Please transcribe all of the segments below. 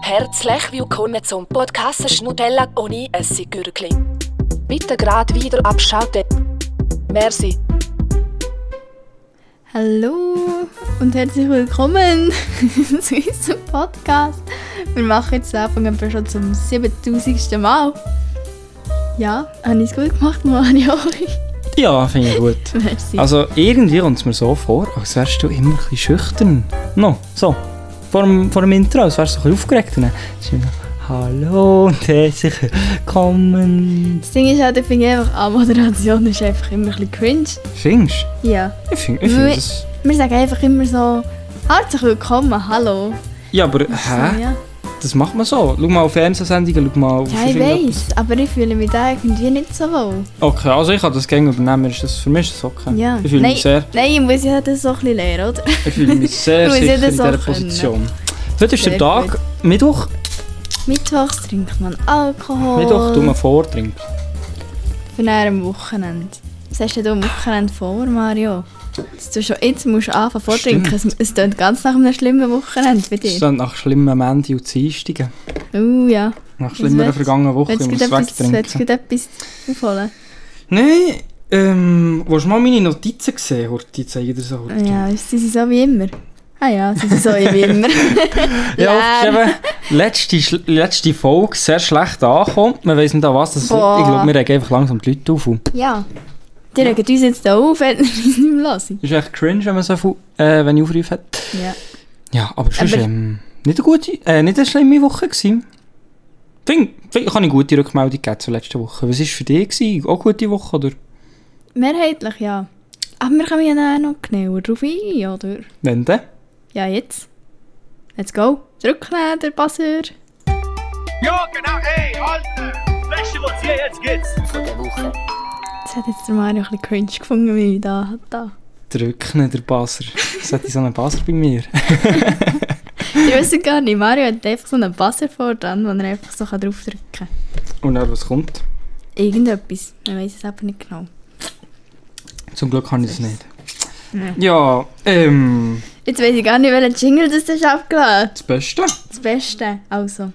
Herzlich willkommen zum Podcast Schnutella ohne Essiggürkli. Bitte gerade wieder abschalten. Merci. Hallo und herzlich willkommen zu unserem Podcast. Wir machen jetzt den Anfang etwa schon zum 7000. Mal. Ja, habe ich es gut gemacht, Mario? Ja, finde ich gut. Merci. Also irgendwie kommt es mir so vor, als wärst du immer ein bisschen schüchtern. No, so. Vor dem, vor dem Intro, als wärst du ein bisschen aufgeregt. Und dann ist immer, Hallo und herzlich willkommen. das Ding ist halt, ich finde einfach, Anmoderation ist einfach immer ein bisschen cringe. Findest Ja. du? Ich finde ich find das... Wir sagen einfach immer so, herzlich willkommen, hallo. Ja, aber So, hä? Ja, Das macht man so. Schau mal auf Fernsehsendungen, schau mal auf... ja ich irgendetwas. weiss, aber ich fühle mich da irgendwie nicht so wohl. Okay, also ich kann das gerne übernehmen. Ist das, für mich ist das okay. Ja. Ich fühle Nein. mich sehr, Nein, ich muss ja das so ein bisschen lernen, oder? ich fühle mich sehr Muss ich sicher in das auch dieser können? Position. Heute ist Sehr der Tag, gut. Mittwoch. Mittwochs trinkt man Alkohol. Mittwoch tun wir vortrinken. Für nach am Wochenende. Was hast du denn am Wochenende vor, Mario? Dass du schon jetzt musst anfangen vorzutrinken. Es, es klingt ganz nach einem schlimmen Wochenende bei Es dir. ist nach schlimmen Mende und Dienstagen. Uh, ja. Nach schlimmerer willst- vergangenen Woche, ich Willst du muss gerade etwas, willst du wegtrinken. gerade etwas aufholen? Nein, ähm, willst du mal meine Notizen sehen, Horti? Ich zeige dir so, Horti. Ja, sie sind so wie immer. Ah ja, sie sind so wie immer. ja aufgeschrieben, letzte, Schl- letzte Folge, sehr schlecht angekommen. Man weiss nicht an was, das ich Boah. glaube, wir regen einfach langsam die Leute auf. Und ja. Die regen uns jetzt hier auf, wenn wir es nicht mehr hören. Es ist echt cringe, wenn man so viel, äh, wenn ich Aufrufe hat. Ja. Ja, aber sonst, Aber- ähm, nicht eine gute, äh, nicht eine schlimme Woche gewesen. Fing, fing, kann ich gute Rückmeldung geben zur letzten Woche. Was war für dich? Gewesen? Auch eine gute Woche, oder? Mehrheitlich ja. Aber wir kommen ja nachher noch genauer drauf ein, oder? Wenn denn? Ja, jetzt. Let's go. Drücken, der Passeur. Ja, genau, ey, Alter! Flasche, was hier jetzt geht's? Das hat jetzt der Mario ein bisschen cringe gefunden, wie ich da hat. Da. Drücken, der Basser. Es hat so einen Basser bei mir. Ich weiß gar nicht, Mario hat einfach so einen Buzzer vor dran, den er einfach so draufdrücken kann. Und dann, was kommt? Irgendetwas. Ich weiß es aber nicht genau. Zum Glück habe ich es nicht. Ja, ähm, Jetzt weiß ich gar nicht, welchen Jingle das ist abgeladen. das Beste. Das Beste. Also.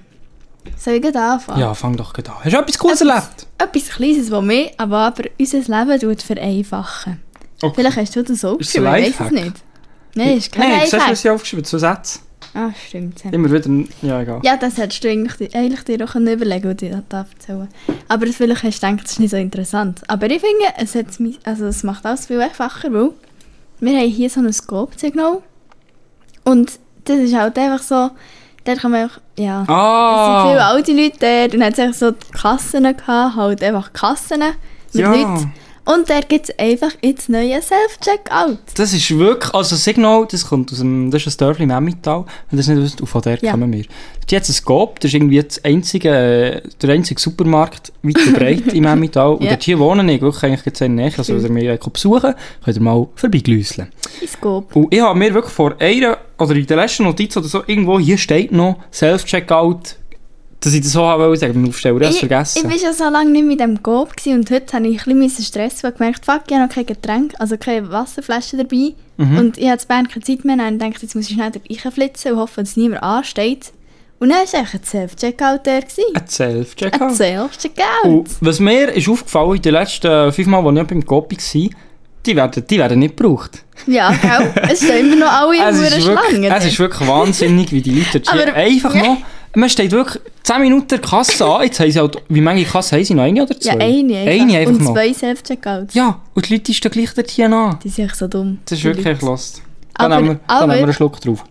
Soll ich gleich anfangen? Ja, fang doch gerade an. Hast du etwas Cooles erlebt? Etwas Kleines, was mich, aber, aber unser Leben tut vereinfachen. Okay. Vielleicht hast du das auch Ist es ein geschrieben, ich weiß es Lifehack? nicht. Nein, ist kein Nein, siehst du, was Lifehack. ich aufgeschrieben habe? Zwei Sätze. Ah, stimmt. Ja. Immer wieder. Ja, egal. Ja, das hättest du eigentlich, eigentlich dir auch können überlegen können, was ich da erzählen Aber vielleicht hast du gedacht, das ist nicht so interessant. Aber ich finde, es, hat, mi- also es macht alles viel einfacher, weil wir haben hier so ein Scope-Signal. Und das ist halt einfach so, da kann man auch, ja... Es sind viele Ah! alte Leute dort und hat einfach so die Kassen gehabt, halt einfach Kassen mit Ja. Leuten. Und da gibt es einfach jetzt neue Self-Checkout. Das ist wirklich, also Signal, das kommt aus dem, das ist ein Dörfli im Emmental, wenn das nicht wisst, und von der Ja. kommen wir. Die hat ein Scope, das ist irgendwie das einzige, äh, der einzige Supermarkt weit und breit im Emmental. Und Ja. dort hier wohne ich wirklich eigentlich jetzt in der Nähe, also wenn ihr mich äh, besuchen könnt, könnt ihr mal vorbeiglüsseln. Ein Scope. Und ich habe mir wirklich vor einer oder in der letzten Notiz oder so irgendwo hier steht noch Self-Checkout, dass ich das so habe wollen sagen beim Aufstellen. Ich habe Ich es vergessen. war ja so lange nicht mit dem Gob gewesen und heute hatte ich ein bisschen Stress, weil ich gemerkt habe, fuck, ich habe noch kein Getränk, also keine Wasserflasche dabei. Mhm. Und ich hatte in Bern keine Zeit mehr und dachte, jetzt muss ich schnell reinflitzen und hoffe, dass niemand ansteht. Und dann war eigentlich ein Self-Checkout da. gewesen. Ein Self-Checkout. Ein Self-Checkout. Und was mir ist aufgefallen in den letzten äh, fünf Mal, als ich beim Gopi war, die werden, die werden nicht gebraucht. Ja, gell? es stehen immer noch alle in Es der ist, wirklich, Schlange. es ist wirklich wahnsinnig, wie die Leute dort hier Aber- einfach noch... Man steht wirklich 10 Minuten der Kasse an. Jetzt haben sie halt... Wie viele Kassen haben sie noch? Eine oder zwei? ja, eine einfach. Eine einfach und noch. zwei Self-Checkouts. Ja, und die Leute stehen gleich dort hier an. Die sind echt so dumm. Das ist die wirklich Leute. echt lost. Dann Aber- nehmen wir, dann aber- nehmen wir einen Schluck drauf.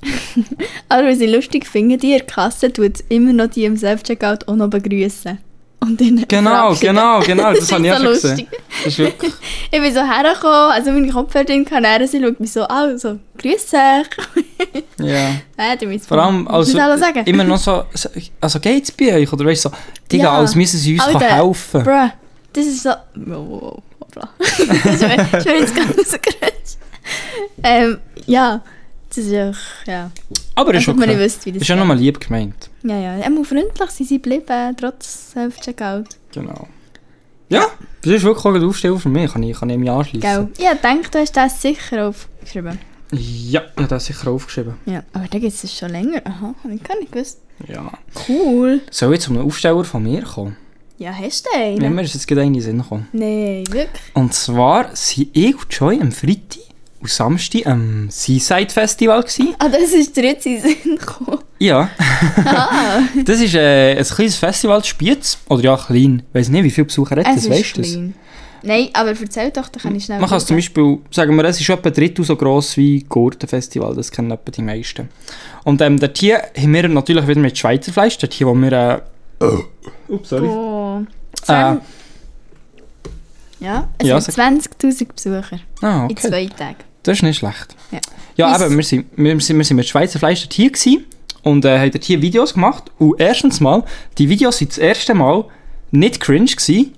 Aber was ich lustig finde, die in der Kasse tut immer noch die im Self-Checkout auch noch begrüßen. Und dann Genau, verabschieden. genau, genau. Das, habe ich auch ist schon so gesehen. lustig. Das ist wirklich... Ich bin so hergekommen, also meine Kopfhörer drin kann er, sie schaut mich so an, und so, grüß dich. Ja. Nein, du musst Vor allem, also, also, sagen. immer noch so, also geht's bei euch? Oder weißt du, so, Digga, Ja. als müssen sie uns Alter, helfen. Bruh, das ist so. Wow, wow, wow, wow. das ist mir jetzt ganz so cringe. Ähm, ja, das ist auch, ja. Aber ist Einfach mal, ihr okay. wisst, wie das Ist ja nochmal lieb gemeint. Ja, ja. Er muss freundlich sein, sie bleiben, trotz Self-Checkout. Genau. Ja, das ist wirklich auch ein Aufstell für mich. Kann ich, kann ich mich anschliessen. Gell? Ja, denke, du hast das sicher aufgeschrieben. Ja, ich habe das sicher aufgeschrieben. Ja, aber da gibt es schon länger. Aha, habe ich gar nicht gewusst. Ja. Cool. Soll ich zu einem Aufsteller von mir kommen? Ja, hast du einen? Ja, mir ist jetzt gerade eine in den Sinn gekommen. Nein, wirklich. Und zwar waren ich und Joy am Freitag und Samstag am ehm, Seaside Festival. Gewesen. Ah, das ist der jetzt in den Sinn gekommen. Ja, Ah, das ist äh, ein kleines Festival, Spiez. Oder ja, klein. Ich weiss nicht, wie viele Besucher hat das, weißt du das? klein. Nein, aber erzähl doch, dann kann ich schnell... Man kann es also zum Beispiel, sagen wir, es ist etwa ein Drittel so gross wie Gurtenfestival, das kennen etwa die meisten. Und ähm, dort hier haben wir natürlich wieder mit Schweizer Fleisch, dort hier, wo wir... Äh, ups, sorry. Oh. Zwen- Ja, es Ah. Ja, sind 20'000 Besucher Ah, in okay. zwei Tagen. Das ist nicht schlecht. Ja. Ja, Ist- eben, wir sind, wir, sind, wir sind mit Schweizer Fleisch dort hier gewesen und äh, haben dort hier Videos gemacht. Und erstens mal, die Videos waren das erste Mal nicht cringe gewesen.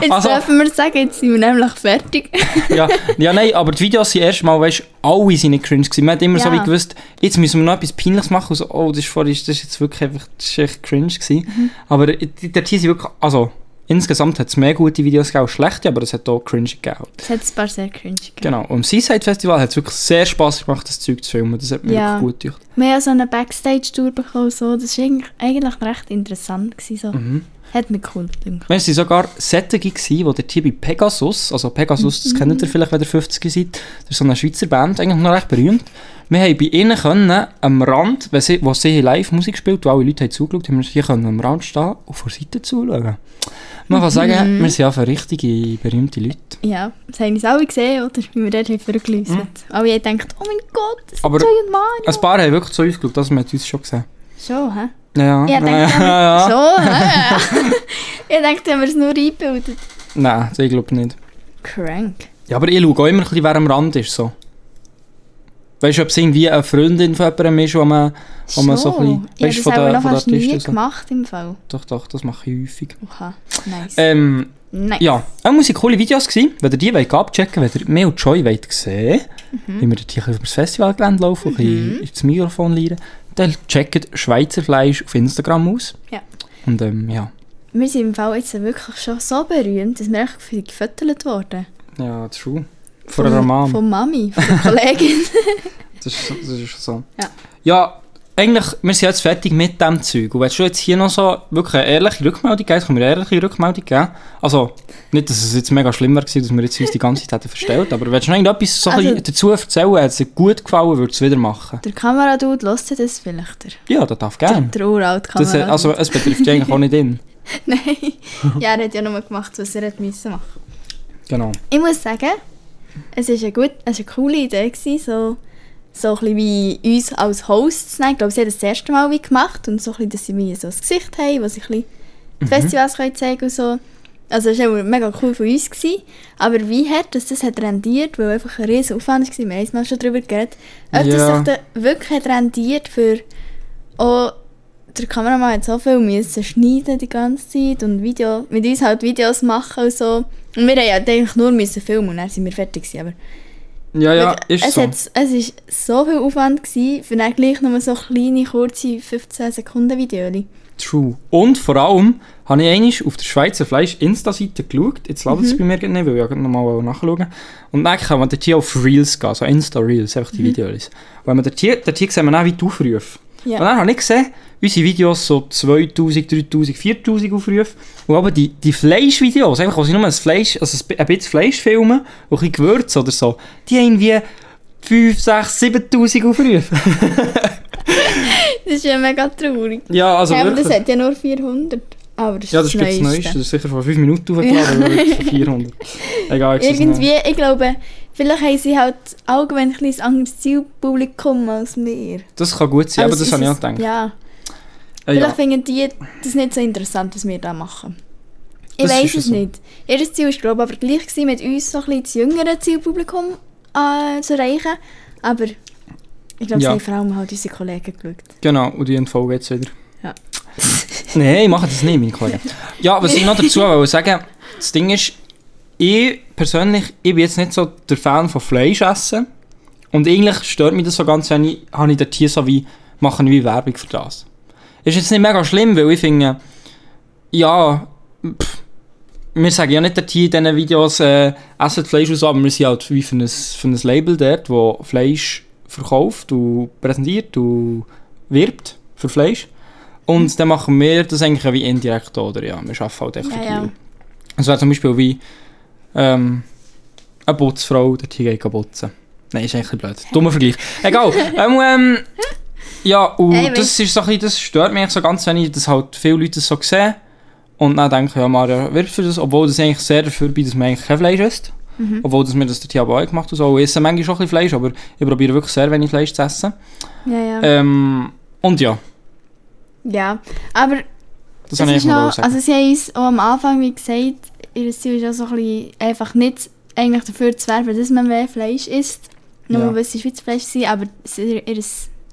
Jetzt Also- dürfen wir sagen, jetzt sind wir nämlich fertig. ja, ja, nein, aber die Videos sind erst mal, weißt du, alle sind nicht cringe gewesen. Man hat immer so Ja. wie gewusst, jetzt müssen wir noch etwas Peinliches machen. Und so, oh, das, ist vorhin, das ist jetzt wirklich einfach das ist echt cringe gewesen. Mhm. Aber die- die- dort hier sind wirklich, also insgesamt hat es mehr gute Videos gegeben als schlechte, aber es hat auch cringe gegeben. Es hat ein paar sehr cringe gegeben. Genau, und am Seaside Festival hat es wirklich sehr Spass gemacht, das Zeug zu filmen. Das hat mir Ja. wirklich gut gedacht. Wir haben so eine Backstage-Tour bekommen, und so. das war eigentlich, eigentlich recht interessant. Gewesen, so. Mhm. Hat mir cool gedacht. Weißt du, es waren sogar Sättige, die dort hier bei Pegasus, also Pegasus, das kennt ihr vielleicht, wenn ihr 50 seid, das ist so eine Schweizer Band, eigentlich noch recht berühmt. Wir haben bei ihnen können, am Rand, wenn sie, wo sie live Musik spielt, wo alle Leute haben zugeschaut, haben wir hier können am Rand stehen und von der Seite zuschauen. Man kann sagen, wir sind einfach richtige, berühmte Leute. Ja, das haben uns alle gesehen, oder? Wie wir dort verglüht haben. Alle haben gedacht, oh mein Gott, das ist Mhm. Aber- also Joy und Mario. Ein paar haben wirklich zu uns geschaut, das haben wir uns schon gesehen. Schon, hä? Ja, Ich dachte, ja, ja. Schon, hä? ich dachte, haben wir es nur eingebildet. Nein, das- ich glaube nicht. Crank. Ja, aber ich schaue auch immer, ein bisschen, wer am Rand ist. So. Weißt du, ob es irgendwie eine Freundin von jemandem ist, wo man, wo man so ein Schon. bisschen. Ich habe weisst du, das aber noch fast Artistin nie und so. gemacht im Fall. Doch, doch, das mache ich häufig. Oha, nice. Ähm, nice. ja, auch muss ich coole Videos gewesen. Wenn ihr die wollt, abchecken wollt, wenn ihr mehr und Joy wollt sehen wollt, wie wir dort hier ein bisschen über das Festivalgelände laufen, mhm. ein bisschen ins Mikrofon leieren, dann checkt Schweizer Fleisch auf Instagram aus. Ja. Und ähm, ja. Wir sind im Fall jetzt wirklich schon so berühmt, dass wir echt viel gefüttert wurden. Ja, true. Von einer Mom. Von Mami, von der Kollegin. Das ist, so- das ist so. Ja. Ja, eigentlich, wir sind jetzt fertig mit dem Zeug. Und wenn du jetzt hier noch so wirklich eine ehrliche Rückmeldung geben, können wir eine ehrliche Rückmeldung geben. Also, nicht, dass es jetzt mega schlimm wäre, gewesen, dass wir jetzt uns die ganze Zeit hätten verstellt, aber wenn du noch irgendetwas so ein Also- bisschen dazu erzählen, hat es dir gut gefallen, würdest du es wieder machen. der Kameradude hört ja das vielleicht. Der, Ja, das darf der gerne. uralte Das, äh, Kameradude. also, es betrifft dich eigentlich auch nicht ihn. Nein, ja, er hat ja nur gemacht, was er hat müssen machen. Genau. Ich muss sagen, es war eine, gut, es war eine coole Idee, gewesen, so, so ein bisschen wie uns als Hosts zu nehmen. Ich glaube, sie haben das, das erste Mal wie gemacht und so ein bisschen, dass sie wie so ein Gesicht haben, was sie ein bisschen die Festivals können zeigen und so. Also es war auch mega cool von uns. Gewesen. Aber wie hart dass das hat rendiert, weil einfach ein riesen Aufwand war. Wir haben es mal schon darüber geredet. Ob Ja. das sich dann wirklich hat rendiert für... Auch der Kameramann hat so viel müssen schneiden die ganze Zeit und Video, mit uns halt Videos machen und so. Und wir haben ja eigentlich nur müssen filmen und dann sind wir fertig gewesen. Aber Ja, ja, wirklich, ist es, so. hat, es ist so viel Aufwand gewesen, für dann gleich nur so kleine, kurze 15 Sekunden Videos. True. Und vor allem habe ich einmal auf der Schweizer Fleisch Insta-Seite geschaut. Jetzt lädt Mhm. es bei mir gerade nicht, weil ich ja nochmal nachschauen Und dann kann man dort hier auf Reels gehen, also Insta-Reels, einfach die Mhm. Videos. Und wenn man dort hier, dort hier sieht man auch, wie die Aufrufe. Ja. Und dann habe ich gesehen, unsere Videos so 2000, 3000, 4000 Aufrufe. Und aber die, die Fleischvideos, einfach, wo sie nur ein, Fleisch, also ein bi- ein bisschen Fleisch filmen und ein bisschen Gewürze oder so, die haben irgendwie 5, 6, 7000 Aufrufe. Das ist ja mega traurig. Ja, also ja, aber wirklich. das hat ja nur 400. Aber das ist Ja, das ist das jetzt Neueste. neues. Das ist sicher vor 5 Minuten hochgeladen, aber jetzt vor 400. Egal, ich Irgendwie, ich glaube, vielleicht haben sie halt allgemein ein bisschen ein anderes Zielpublikum als wir. Das kann gut sein, aber Als das habe ich auch unseres- gedacht. Ja, Äh, vielleicht ja. finden die das nicht so interessant, was wir da machen. Ich Das ist weiß ja es so. nicht. Ihr Ziel ist, glaube ich, aber gleich gewesen, mit uns so ein bisschen das jüngere Zielpublikum äh, zu erreichen. Aber ich glaube, sie Ja. haben vor allem halt unsere Kollegen geschaut. Genau, und die entfolgen jetzt wieder. Ja. Nein, ich mache das nicht, meine Kollegen. Ja, was ich noch dazu wollte sagen, das Ding ist, ich persönlich, ich bin jetzt nicht so der Fan von Fleisch essen. Und eigentlich stört mich das so ganz, wenn ich, habe ich dort hier so wie, mache ich wie Werbung für das. Ist jetzt nicht mega schlimm, weil ich finde, ja, pff, wir sagen ja nicht dort hier in diesen Videos, äh, esset Fleisch aus, aber wir sind halt wie für ein, für ein Label dort, wo Fleisch verkauft und präsentiert und wirbt für Fleisch. Und dann machen wir das eigentlich wie indirekt, oder? Ja, wir arbeiten halt echt Ja, für die. ja. Es wäre zum Beispiel wie ähm, eine Putzfrau, dort hier geht putzen. Nein, ist eigentlich ein blöd. Dummer Vergleich. Egal. ähm, ähm, ja, und Ja, ich weiss. das, ist so ein bisschen, das stört mich eigentlich so ganz wenig, dass halt viele Leute das so sehen und dann denken, ja, Mario wirbt für das, obwohl das eigentlich sehr dafür bin, dass man eigentlich kein Fleisch isst. Obwohl das mir das dort hier aber auch gemacht hat. So, ich esse manchmal schon ein bisschen Fleisch, aber ich probiere wirklich sehr wenig Fleisch zu essen. Ja, ja. Ähm, und ja, ja. Aber das es habe ich ist eigentlich mal noch, sagen. also sie haben uns auch am Anfang wie gesagt, ihr Ziel ist auch so ein bisschen einfach nicht eigentlich dafür zu werben, dass man mehr Fleisch isst. Nur Ja. weil sie Schweizer Fleisch sind, aber sie- ihr, ihr,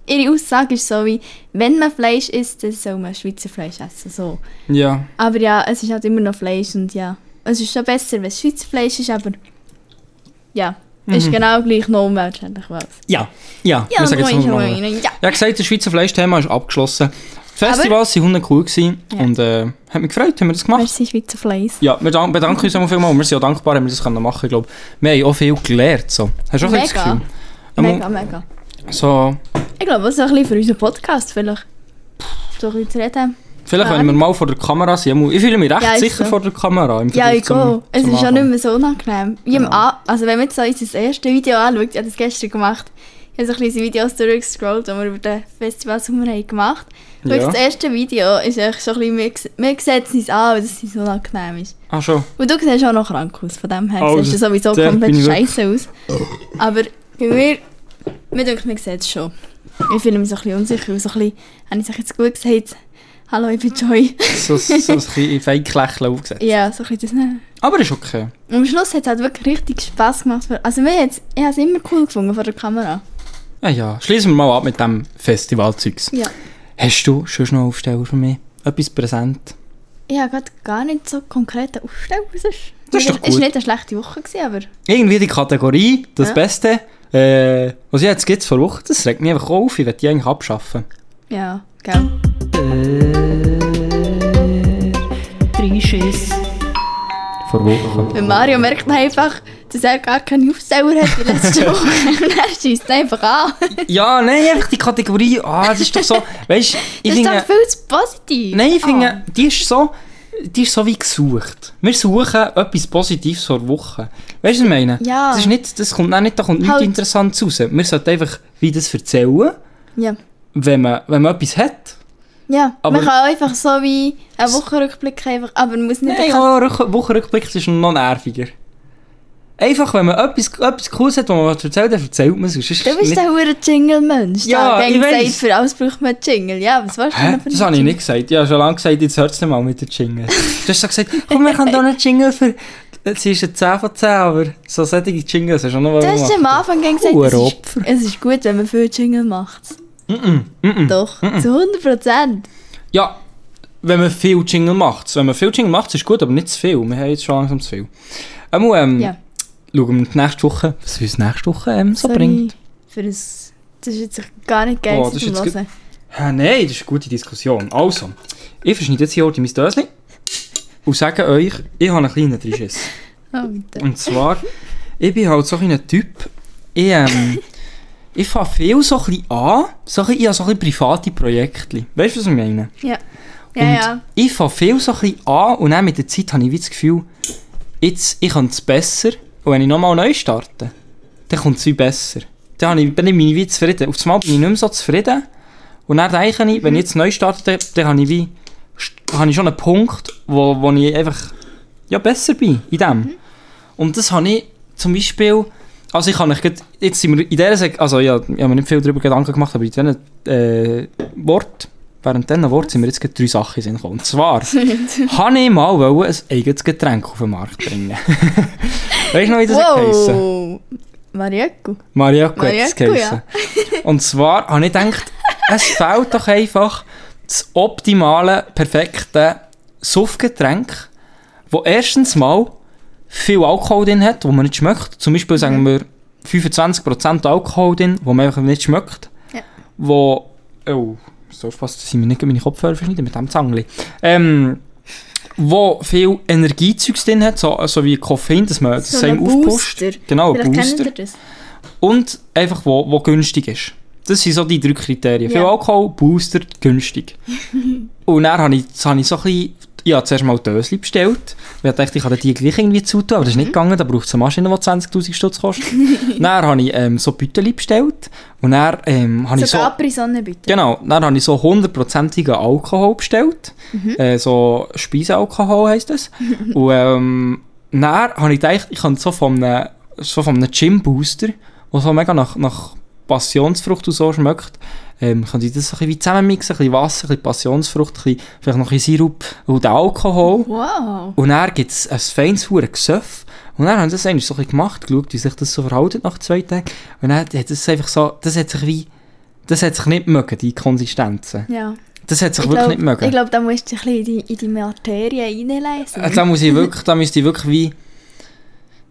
ihre Aussage ist so wie, wenn man Fleisch isst, dann soll man Schweizer Fleisch essen. So. ja. Aber ja, es ist halt immer noch Fleisch und ja. Es ist schon besser, wenn es Schweizer Fleisch ist, aber ja, ist genau gleich noch umweltschädlich was. Ja, ja, Ja, Mhm. wir sagen jetzt moin, nur noch. moin, ja. Ja, gesagt, das Schweizer Fleischthema ist abgeschlossen. Die Festivals waren hundert cool gewesen Ja. und äh, hat mich gefreut, haben wir das gemacht. Merci Schweizer Fleisch. Ja, wir dank- bedanken uns auch vielmals. Wir sind auch dankbar, dass wir das können machen können. Ich glaube, wir haben auch viel gelernt. So. Hast du auch ein bisschen das Mega. Gefühl? Mega, Einmal mega. So, Ich glaube, das ist auch ein bisschen für unseren Podcast vielleicht. So ein bisschen zu reden. vielleicht, wenn wir mal vor der Kamera sind. einmal- Ich fühle mich recht Ja, ist sicher so. vor der Kamera. Im Ja, Vergleich ich go. Es zum ist ja Anfang. Genau. nicht mehr so unangenehm. Ich hab a- also wenn man jetzt so unser erstes Video anschaut, ich habe das gestern gemacht, ich habe so ein bisschen unsere Videos durchgescrollt, die wir über den Festival Sommer haben gemacht. Und Ja. Das erste Video ist echt so ein bisschen, wir, gs- wir sehen es uns an, weil es uns unangenehm ist. Ah, schon. Und du siehst auch noch krank aus, von dem her Also, siehst du sowieso dort komplett bin ich scheiße aus. Aber bei mir, mir denkt, man sieht es schon. Ich fühle mich so ein bisschen unsicher, und so ein bisschen, habe ich es jetzt gut gesagt, «Hallo, ich bin Joy.» So, so ein bisschen Fake-Lächeln aufgesetzt. Ja, so ein bisschen das, ne? Aber ist okay. Und Am Schluss hat es halt wirklich richtig Spass gemacht. Für, also mir hat's, ich habe es immer cool gefunden vor der Kamera. Ja, ja. Schließen wir mal ab mit dem Festivalzeugs. Ja. Hast du schon noch einen Aufsteller für mich? Etwas präsent? Ich habe gerade gar nicht so konkrete Aufstellung. Das ist, Das ist doch Es gut. war nicht eine schlechte Woche, gewesen, aber irgendwie die Kategorie, das Ja. Beste, äh, was ich jetzt gibt vor Wochen, das regt mich einfach auf, ich will die eigentlich abschaffen. ja, gell. Vor Wochen. Weil Mario merkt man einfach, dass er gar keinen Aufsteller hat die letzte Woche. Und er schießt einfach an. Ja, nein, einfach die Kategorie, ah, das ist doch so, weißt du, ich Das ist doch finde, viel zu positiv. nein, ich Ah. finde, die ist so, die ist so wie gesucht. Wir suchen etwas Positives vor Wochen. Weißt du, was ich meine? Ja. Das, ist nicht, das kommt auch nicht, da kommt nichts Halt. Interessantes raus. Wir sollten einfach wie das erzählen, Ja. wenn man, wenn man etwas hat. Ja, Aber- man kann auch einfach so wie einen Wochenrückblick einfach, aber man muss nicht... Nein, oh, ja, Rück- Wochenrückblick ist noch nerviger. Einfach, wenn man etwas, etwas Cooles hat, was man erzählt, dann erzählt man es. sonst ist Du bist nicht- der hure Jingle-Mensch. Ja, da, ich weiss. für alles braucht man Jingle. Ja, was weißt du Hä? denn für Das einen habe ich Jingle? nicht gesagt. Ich habe schon lange gesagt, jetzt hört es nicht mal mit der Jingle. du hast so gesagt, komm, wir können da einen Jingle für... Es ist ein 10 von 10, aber so solche Jingles hast du auch noch Du hast am gemacht. Anfang gern gesagt, es ist, Hurenopfer. es ist gut, wenn man viel Jingle macht. Mm -mm. Doch, zu 100 Prozent. Ja, wenn man viel Jingle macht. Wenn man viel Jingle macht, dus ist es gut, aber nicht zu viel. Wir haben jetzt schon langsam zu viel. Ähm, ähm, Ja. Schauen wir die nächste Woche, was uns nächste Woche ähm, so Sorry bringt. Für das, das ist jetzt gar nicht geil Oh, das gewesen ist zum jetzt Hören. Ah, nein, das ist eine gute Diskussion. Also, ich verschneide jetzt hier heute mein Döschen und sage euch, ich habe einen kleinen Trischiss. Oh, bitte. Und zwar, ich bin halt so ein Typ, ich, ähm, ich fange viel so ein bisschen an, so ein bisschen, ich habe so ein bisschen private Projekte. Weißt du, was ich meine? Ja. und Ja, ja. ich fange viel so ein bisschen an und dann mit der Zeit habe ich wie das Gefühl, jetzt, ich kann es besser und wenn ich nochmal neu starte, dann kommt es wie besser. Dann habe ich, bin ich wie zufrieden. Auf einmal bin ich nicht mehr so zufrieden und dann denke ich, Mhm. wenn ich jetzt neu starte, dann habe ich wie habe ich schon einen Punkt, wo, wo ich einfach ja, besser bin in dem. Und das habe ich zum Beispiel, also ich habe gerade, jetzt sind wir in dieser, Sek- also ja, ich habe mir nicht viel darüber Gedanken gemacht, aber in diesen äh, Wort, während diesen Wort sind mir jetzt gerade drei Sachen in den Sinn gekommen. Und zwar, habe ich mal wollen, ein eigenes Getränk auf den Markt bringen. weißt du noch, wie das wow. geheissen? Wow. Marieko. Mariaco hat es Mariaco, geheissen. Und zwar habe ich gedacht, es fehlt doch einfach das optimale, perfekte Suffgetränk, wo erstens mal viel Alkohol drin hat, wo man nicht schmeckt. Zum Beispiel Mhm. sagen wir 25% Alkohol drin, wo man einfach nicht schmeckt. Ja. Wo... Oh, so aufpassen, dass ich mir nicht meine Kopfhörer verschneide mit dem Zangli. Ähm, wo viel Energiezeugs drin hat, so, so wie Koffein, dass man das So einem einen aufpusht. Booster. Genau, ein Vielleicht Booster. kennt ihr das. Und einfach, wo, wo günstig ist. Das sind so die drei Kriterien. Ja. Viel Alkohol, Booster, günstig. und dann habe ich, das habe ich so ein bisschen... Ich habe zuerst mal Dösli bestellt. Ich dachte, ich kann die gleich irgendwie zutun, aber das ist nicht gegangen. Da braucht es eine Maschine, die 20'000 Stutz kostet. dann habe ich ähm, so Büteli bestellt. Und dann ähm, habe So ich so... Capri-Sonne bitte. Genau, dann habe ich so hundertprozentigen Alkohol bestellt. Äh, so Speisealkohol heisst das. und ähm, dann habe ich gedacht, ich könnte so von einem, so von einem Gym-Booster, der so mega nach, nach Passionsfrucht und so schmeckt, ähm, könnte ich das so ein bisschen wie zusammenmixen, ein bisschen Wasser, ein bisschen Passionsfrucht, ein bisschen, vielleicht noch ein bisschen Sirup und den Alkohol. Wow. Und dann gibt es ein feines Huren Gesöff. Und dann haben sie das eigentlich so ein bisschen gemacht, geschaut, wie sich das so verhält nach zwei Tagen. Und dann hat es einfach so, das hat sich wie, das hat sich nicht mögen, die Konsistenzen. Ja. Das hat sich Ich wirklich glaube, nicht mögen. glaub, da musst du dich ein bisschen in die, in die Materie reinlesen. Äh, da muss ich wirklich, da müsste ich wirklich wie,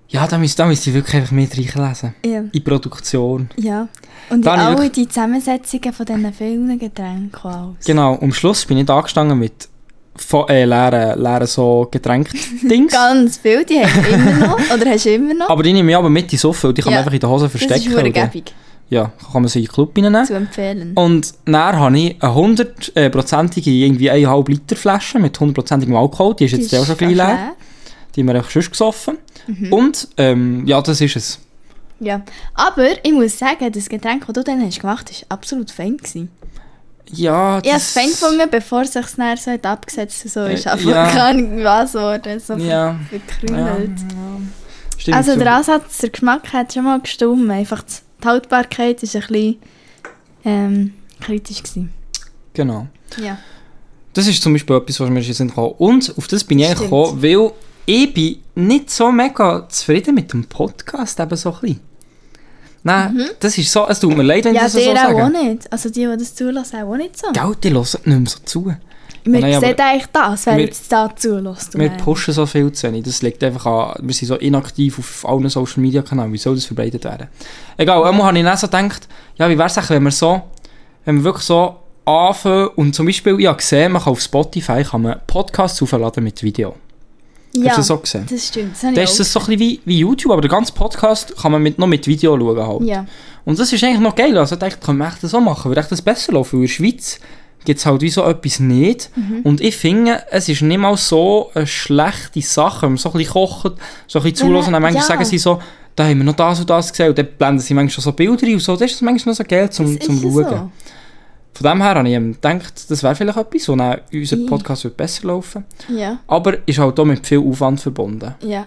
ja, da müsste, da müsste ich wirklich einfach mehr reinlesen. Ja. In die Produktion. ja. Und Da in habe ich alle wirklich- die Zusammensetzungen von diesen Filmen, Getränken und alles. Genau, am Schluss bin ich da angestanden mit vo- äh, leeren, leeren so Getränk-Dings. Ganz viel, die hast du immer noch. Oder hast du immer noch. Aber die nehme ich aber mit in die Sofa, weil die kann Ja. man einfach in der Hose verstecken. das ist verdammt oder- gäbig ja, kann man sie in den Club reinnehmen. zu empfehlen. Und dann habe ich eine 100-prozentige, irgendwie 1,5 Liter Flasche mit 100%igem Alkohol. Die ist jetzt auch schon gleich leer. Die haben wir einfach sonst gesoffen. Mhm. Und, ähm, ja, das ist es. Ja. Aber ich muss sagen, das Getränk, das du dann hast gemacht hast, war absolut fein. Gewesen. Ja, das... Ich habe es fein gefunden, bevor es sich dann so hat abgesetzt und so ist. Äh, Aber ja. keine Ahnung, was wurde. So Ja. verkrümelt. Stimmt, also so. der Ansatz, der Geschmack hat schon mal gestimmt. Einfach die die Haltbarkeit war ein bisschen ähm, kritisch. Gewesen. Genau. Ja. Das ist zum Beispiel etwas, was mir jetzt gekommen Und auf das bin ich eigentlich Stimmt. gekommen, weil ich bin nicht so mega zufrieden mit dem Podcast, eben so ein bisschen. Nein, das ist so... Es tut mir leid, wenn Mhm. ich Ja, das so sage. der auch, auch nicht. Also die, die das zulassen, auch nicht so. Gell, die hören nicht mehr so zu. Wir Nein, aber- sehen eigentlich das, wer Wir- jetzt da zulässt. Wir pushen so viel zu wenig. Das liegt einfach an, wir sind so inaktiv auf allen Social Media Kanälen. Wie soll das verbreitet werden? Egal, einmal habe ich dann so gedacht, ja, wie wäre es, wenn wir so, wenn wir wirklich so anfangen und zum Beispiel, ich habe gesehen, man kann auf Spotify kann man Podcasts aufladen mit Video. ja, Hast du das auch gesehen? das stimmt. Das habe Dann ich auch. ist das so ein bisschen wie, wie YouTube, aber der ganze Podcast kann man mit, noch mit Video schauen halt. ja. Und das ist eigentlich noch geil. Also, ich dachte, können wir echt das auch machen, würde echt das besser laufen. Weil in der Schweiz gibt es halt wie so etwas nicht. Mhm. Und ich finde, es ist nicht mal so eine schlechte Sache, wenn man so ein bisschen kocht, so Wenn ein bisschen man- zulässt und dann manchmal ja. sagen sie so, da haben wir noch das und das gesehen. Und dann blenden sie manchmal schon so Bilder ein und so. Das ist manchmal noch so geil zum, Das zum ist ja Schauen. so. Von dem her habe ich eben gedacht, das wäre vielleicht etwas, wo dann unser Ja. Podcast wird besser laufen Ja, Aber ist halt auch mit viel Aufwand verbunden. ja.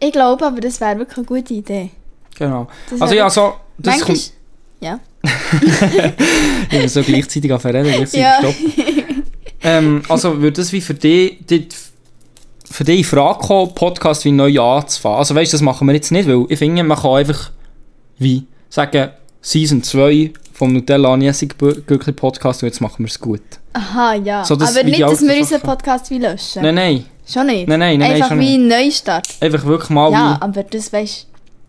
Ich glaube aber, das wäre wirklich eine gute Idee. Genau. Das also wäre ja, so, das Manchmal- kommt Ja. immer so gleichzeitig auf Reden, gleichzeitig Ja. stoppen. Ähm, also würde das wie für dich, die, für dich in Frage kommen, Podcast wie neu anzufangen? Also weißt du, das machen wir jetzt nicht, weil ich finde, man kann einfach wie sagen, Season 2 vom Nutella Anjessig Gürkli Podcast und jetzt machen wir es gut. Aha, ja. So, das aber wie nicht, die dass wir alten unseren Sachen. Podcast wie löschen. Nein, nein, Schon nicht. Nein, nein, nein, nein, Einfach schon wie ein Neustart. einfach wirklich mal Ja, wie aber das weißt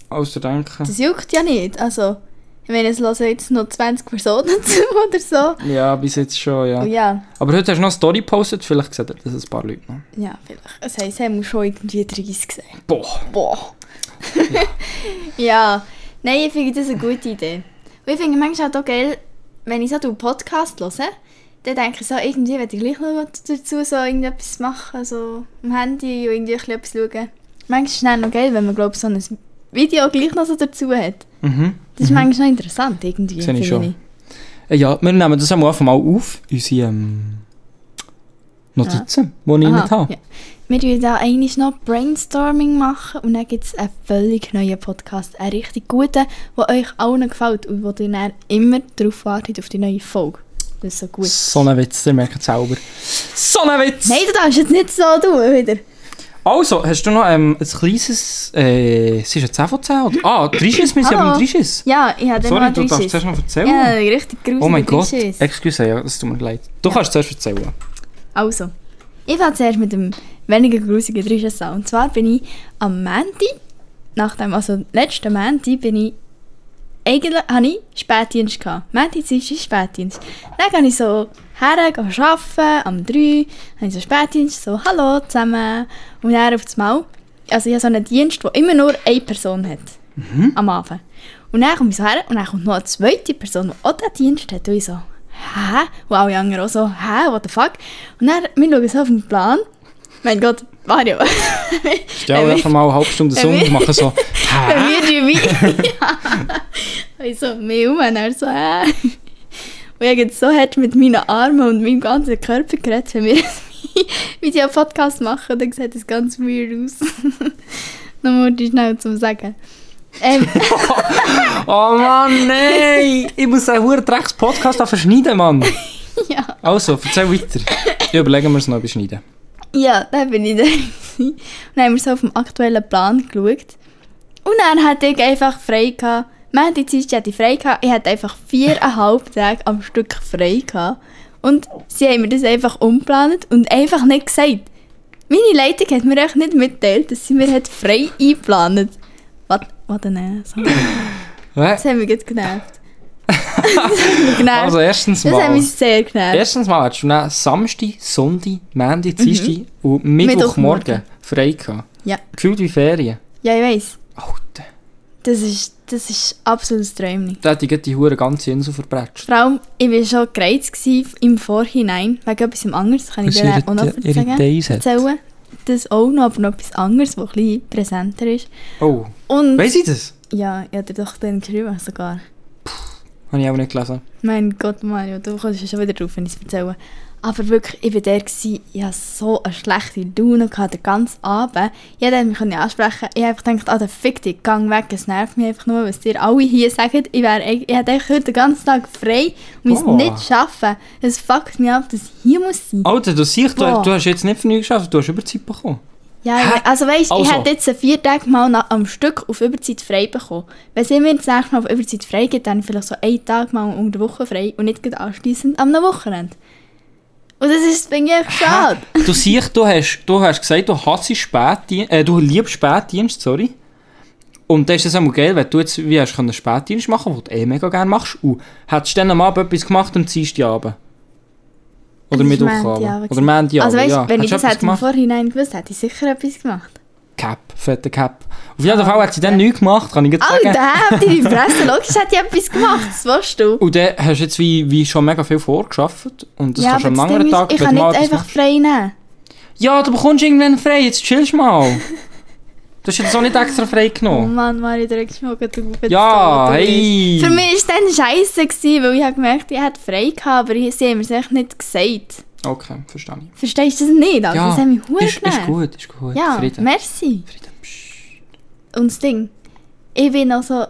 aus der Denken. das juckt ja nicht. Also, ich meine, es hören jetzt noch 20 Personen zu oder so. Ja, bis jetzt schon, ja. Und Oh ja, Aber heute hast du noch eine Story gepostet, vielleicht sehen das ein paar Leute noch. ja, vielleicht. Das heisst, haben wir schon irgendwie 30 gesehen. Boah. Boah. ja. Nein, ich finde das eine gute Idee. Und ich finde manchmal halt auch geil, wenn ich so einen Podcast höre, dann denke ich so, irgendwie will ich gleich noch dazu so irgendetwas machen, so am Handy und irgendwie ein bisschen etwas schauen. Manchmal ist es dann noch geil, wenn man, glaube ich, so ein Video gleich noch so dazu hat. Mhm. Das ist manchmal noch interessant, irgendwie, Sehe ich finde schon. Äh, Ja, wir nehmen das am Anfang mal auf, unsere ähm, Notizen, die ich Aha, nicht habe. ja. Wir wollen da eigentlich noch Brainstorming machen und dann gibt es einen völlig neuen Podcast. Einen richtig guten, der euch allen gefällt und wo ihr dann immer darauf wartet, auf die neue Folge. Das ist so gut. So ein Witz, ihr merkt es selber. So ein Witz! Nein, du darfst jetzt nicht so tun wieder. Also, hast du noch ähm, ein kleines... Äh, es ist ein 10 von 10? Oder? Ah, Trisches, wir sind Hallo. beim Trisches. Ja, ich habe den Sorry, du noch darfst zuerst einen noch erzählen. Ja, richtig gruselig. oh mein Gott, excuse, ja, das tut mir leid. Du kannst zuerst erzählen. Also, ich fange zuerst mit dem weniger grusigen Drisches an. Und zwar bin ich am Mänti, nach dem, also letzten Mänti, bin ich eigentlich hatte ich Spätdienst. gehabt. Montag, Dienstag, Spätdienst. Dann gehe ich so her, gehe arbeiten, am 3 habe ich so Spätdienst, so «Hallo zusammen». Und dann auf das Mal, also ich habe so einen Dienst, der immer nur eine Person hat, Mhm. am Abend. Und dann komme ich so her und dann kommt noch eine zweite Person, die auch diesen Dienst hat. Und ich so «Hä?» Und alle anderen auch so «Hä? What the fuck?» Und dann, wir schauen so auf den Plan. Mein Gott, Mario. Äh, Stell dir einfach mal eine halbe Stunde Wenn um wir- und mach so. Hä? Bei mir die Wein. ja. Ich so, mehr um und er so, äh. Und ich jetzt so hart mit meinen Armen und meinem ganzen Körper geredet, wenn wir ein Videopodcast machen, dann sieht es ganz weird aus. Nochmal die schnell zum Sagen. Ähm, Oh Mann, nein! Ich muss einen hohen Drecks-Podcast da verschneiden, Mann. ja. Also, erzähl weiter. Ich überlege mir es noch beschneiden. Ja, da bin ich da. gewesen. Und dann haben wir so auf den aktuellen Plan geschaut. Und dann hatte ich einfach frei gehabt. Montag, Dienstag hatte ich frei gehabt. Ich hatte einfach viereinhalb Tage am Stück frei gehabt. Und sie haben mir das einfach umgeplant und einfach nicht gesagt. Meine Leitung hat mir echt nicht mitgeteilt, dass sie mir hat frei eingeplant. Was? Was denn? äh, so. Hä? Das hat mich jetzt genervt. das hat mich genervt. Also, erstens das hat mal. mich sehr genervt. Erstens mal hast du dann Samstag, Sonntag, Montag, Dienstag und Mhm. Mittwochmorgen. Mittwochmorgen frei gehabt. Ja. Gefühlt wie Ferien. ja, ich weiß. Alter. Das ist, das ist absolutes Träumchen. Da hätte ich gerade die hure ganze Insel verbrätscht. Vor allem, ich war schon gereizt gewesen im Vorhinein, wegen etwas anderes, kann ich Was dir ihre- auch noch ihre erzählen. Days hat. erzählen. Das auch noch, aber noch etwas anderes, das ein bisschen präsenter ist. Oh, Und weiss ich das? ja, ich habe dir doch den geschrieben sogar. Habe ich auch nicht gelesen. Mein Gott, Mario, du kommst ja schon wieder drauf, wenn ich es erzähle. Aber wirklich, ich war der, gewesen, ich hatte so eine schlechte Laune, gehabt, den ganzen Abend. Jeder hat mich können ansprechen Ich habe einfach gedacht, ah, der fick dich, geh weg, es nervt mich einfach nur, was dir alle hier sagen. Ich, wär, ich, ich hätte eigentlich heute den ganzen Tag frei und muss Oh. nicht arbeiten. Es fuckt mich ab, dass ich hier muss sein. Alter, du siehst, du, Boah. du hast jetzt nicht von geschafft, du hast Überzeit bekommen. Ja, ich- also weißt du, ich Also. hätte jetzt vier Tage mal na- am Stück auf Überzeit frei bekommen. Wenn es mir jetzt nächstes Mal auf Überzeit frei gibt, dann vielleicht so einen Tag mal unter der Woche frei und nicht gerade anschliessend am Wochenende. Und das ist, finde ich, echt schade. Du siehst, du hast, du hast gesagt, du hasst Spätdienst, äh, du liebst Spätdienst, sorry. Und das ist das auch geil, wenn du jetzt wie hast können Spätdienst machen, was du eh mega gerne machst. Und hättest du dann am Abend etwas gemacht am Dienstagabend? Oder Das ist Mittwochabend? Montagabend Oder Montagabend, also weißt du, ja. wenn ich Hättest das du etwas hätte im Vorhinein gewusst, hätte ich sicher etwas gemacht. Cap, fette Cap. Auf jeden Fall hat sie dann nichts gemacht, kann ich jetzt sagen. Alter, habt ihr die Presse? Logisch hätte ich etwas gemacht, das weißt du. Und dann hast du jetzt wie, wie schon mega viel vorgeschafft. Und das kannst du am das anderen Ding ist, Tag, ich wenn kann du mal nicht etwas einfach machst. frei nehmen. Ja, du bekommst irgendwann frei, jetzt chillst du mal. du hast jetzt auch nicht extra frei Oh genommen. Mann, Mari, du regst mich auch gerade auf. Ja, Du hey. weißt. Für mich war es dann scheisse, gewesen, weil ich hab gemerkt ich hätte frei gehabt, aber ich- sie haben mir es echt nicht gesagt. Okay, verstehe ich. Verstehst du das nicht? Also, das hat mich verdammt ist, ist genervt. gut, ist gut. Ja, Frieden. merci. Frieden. Psst. Und das Ding, ich bin noch so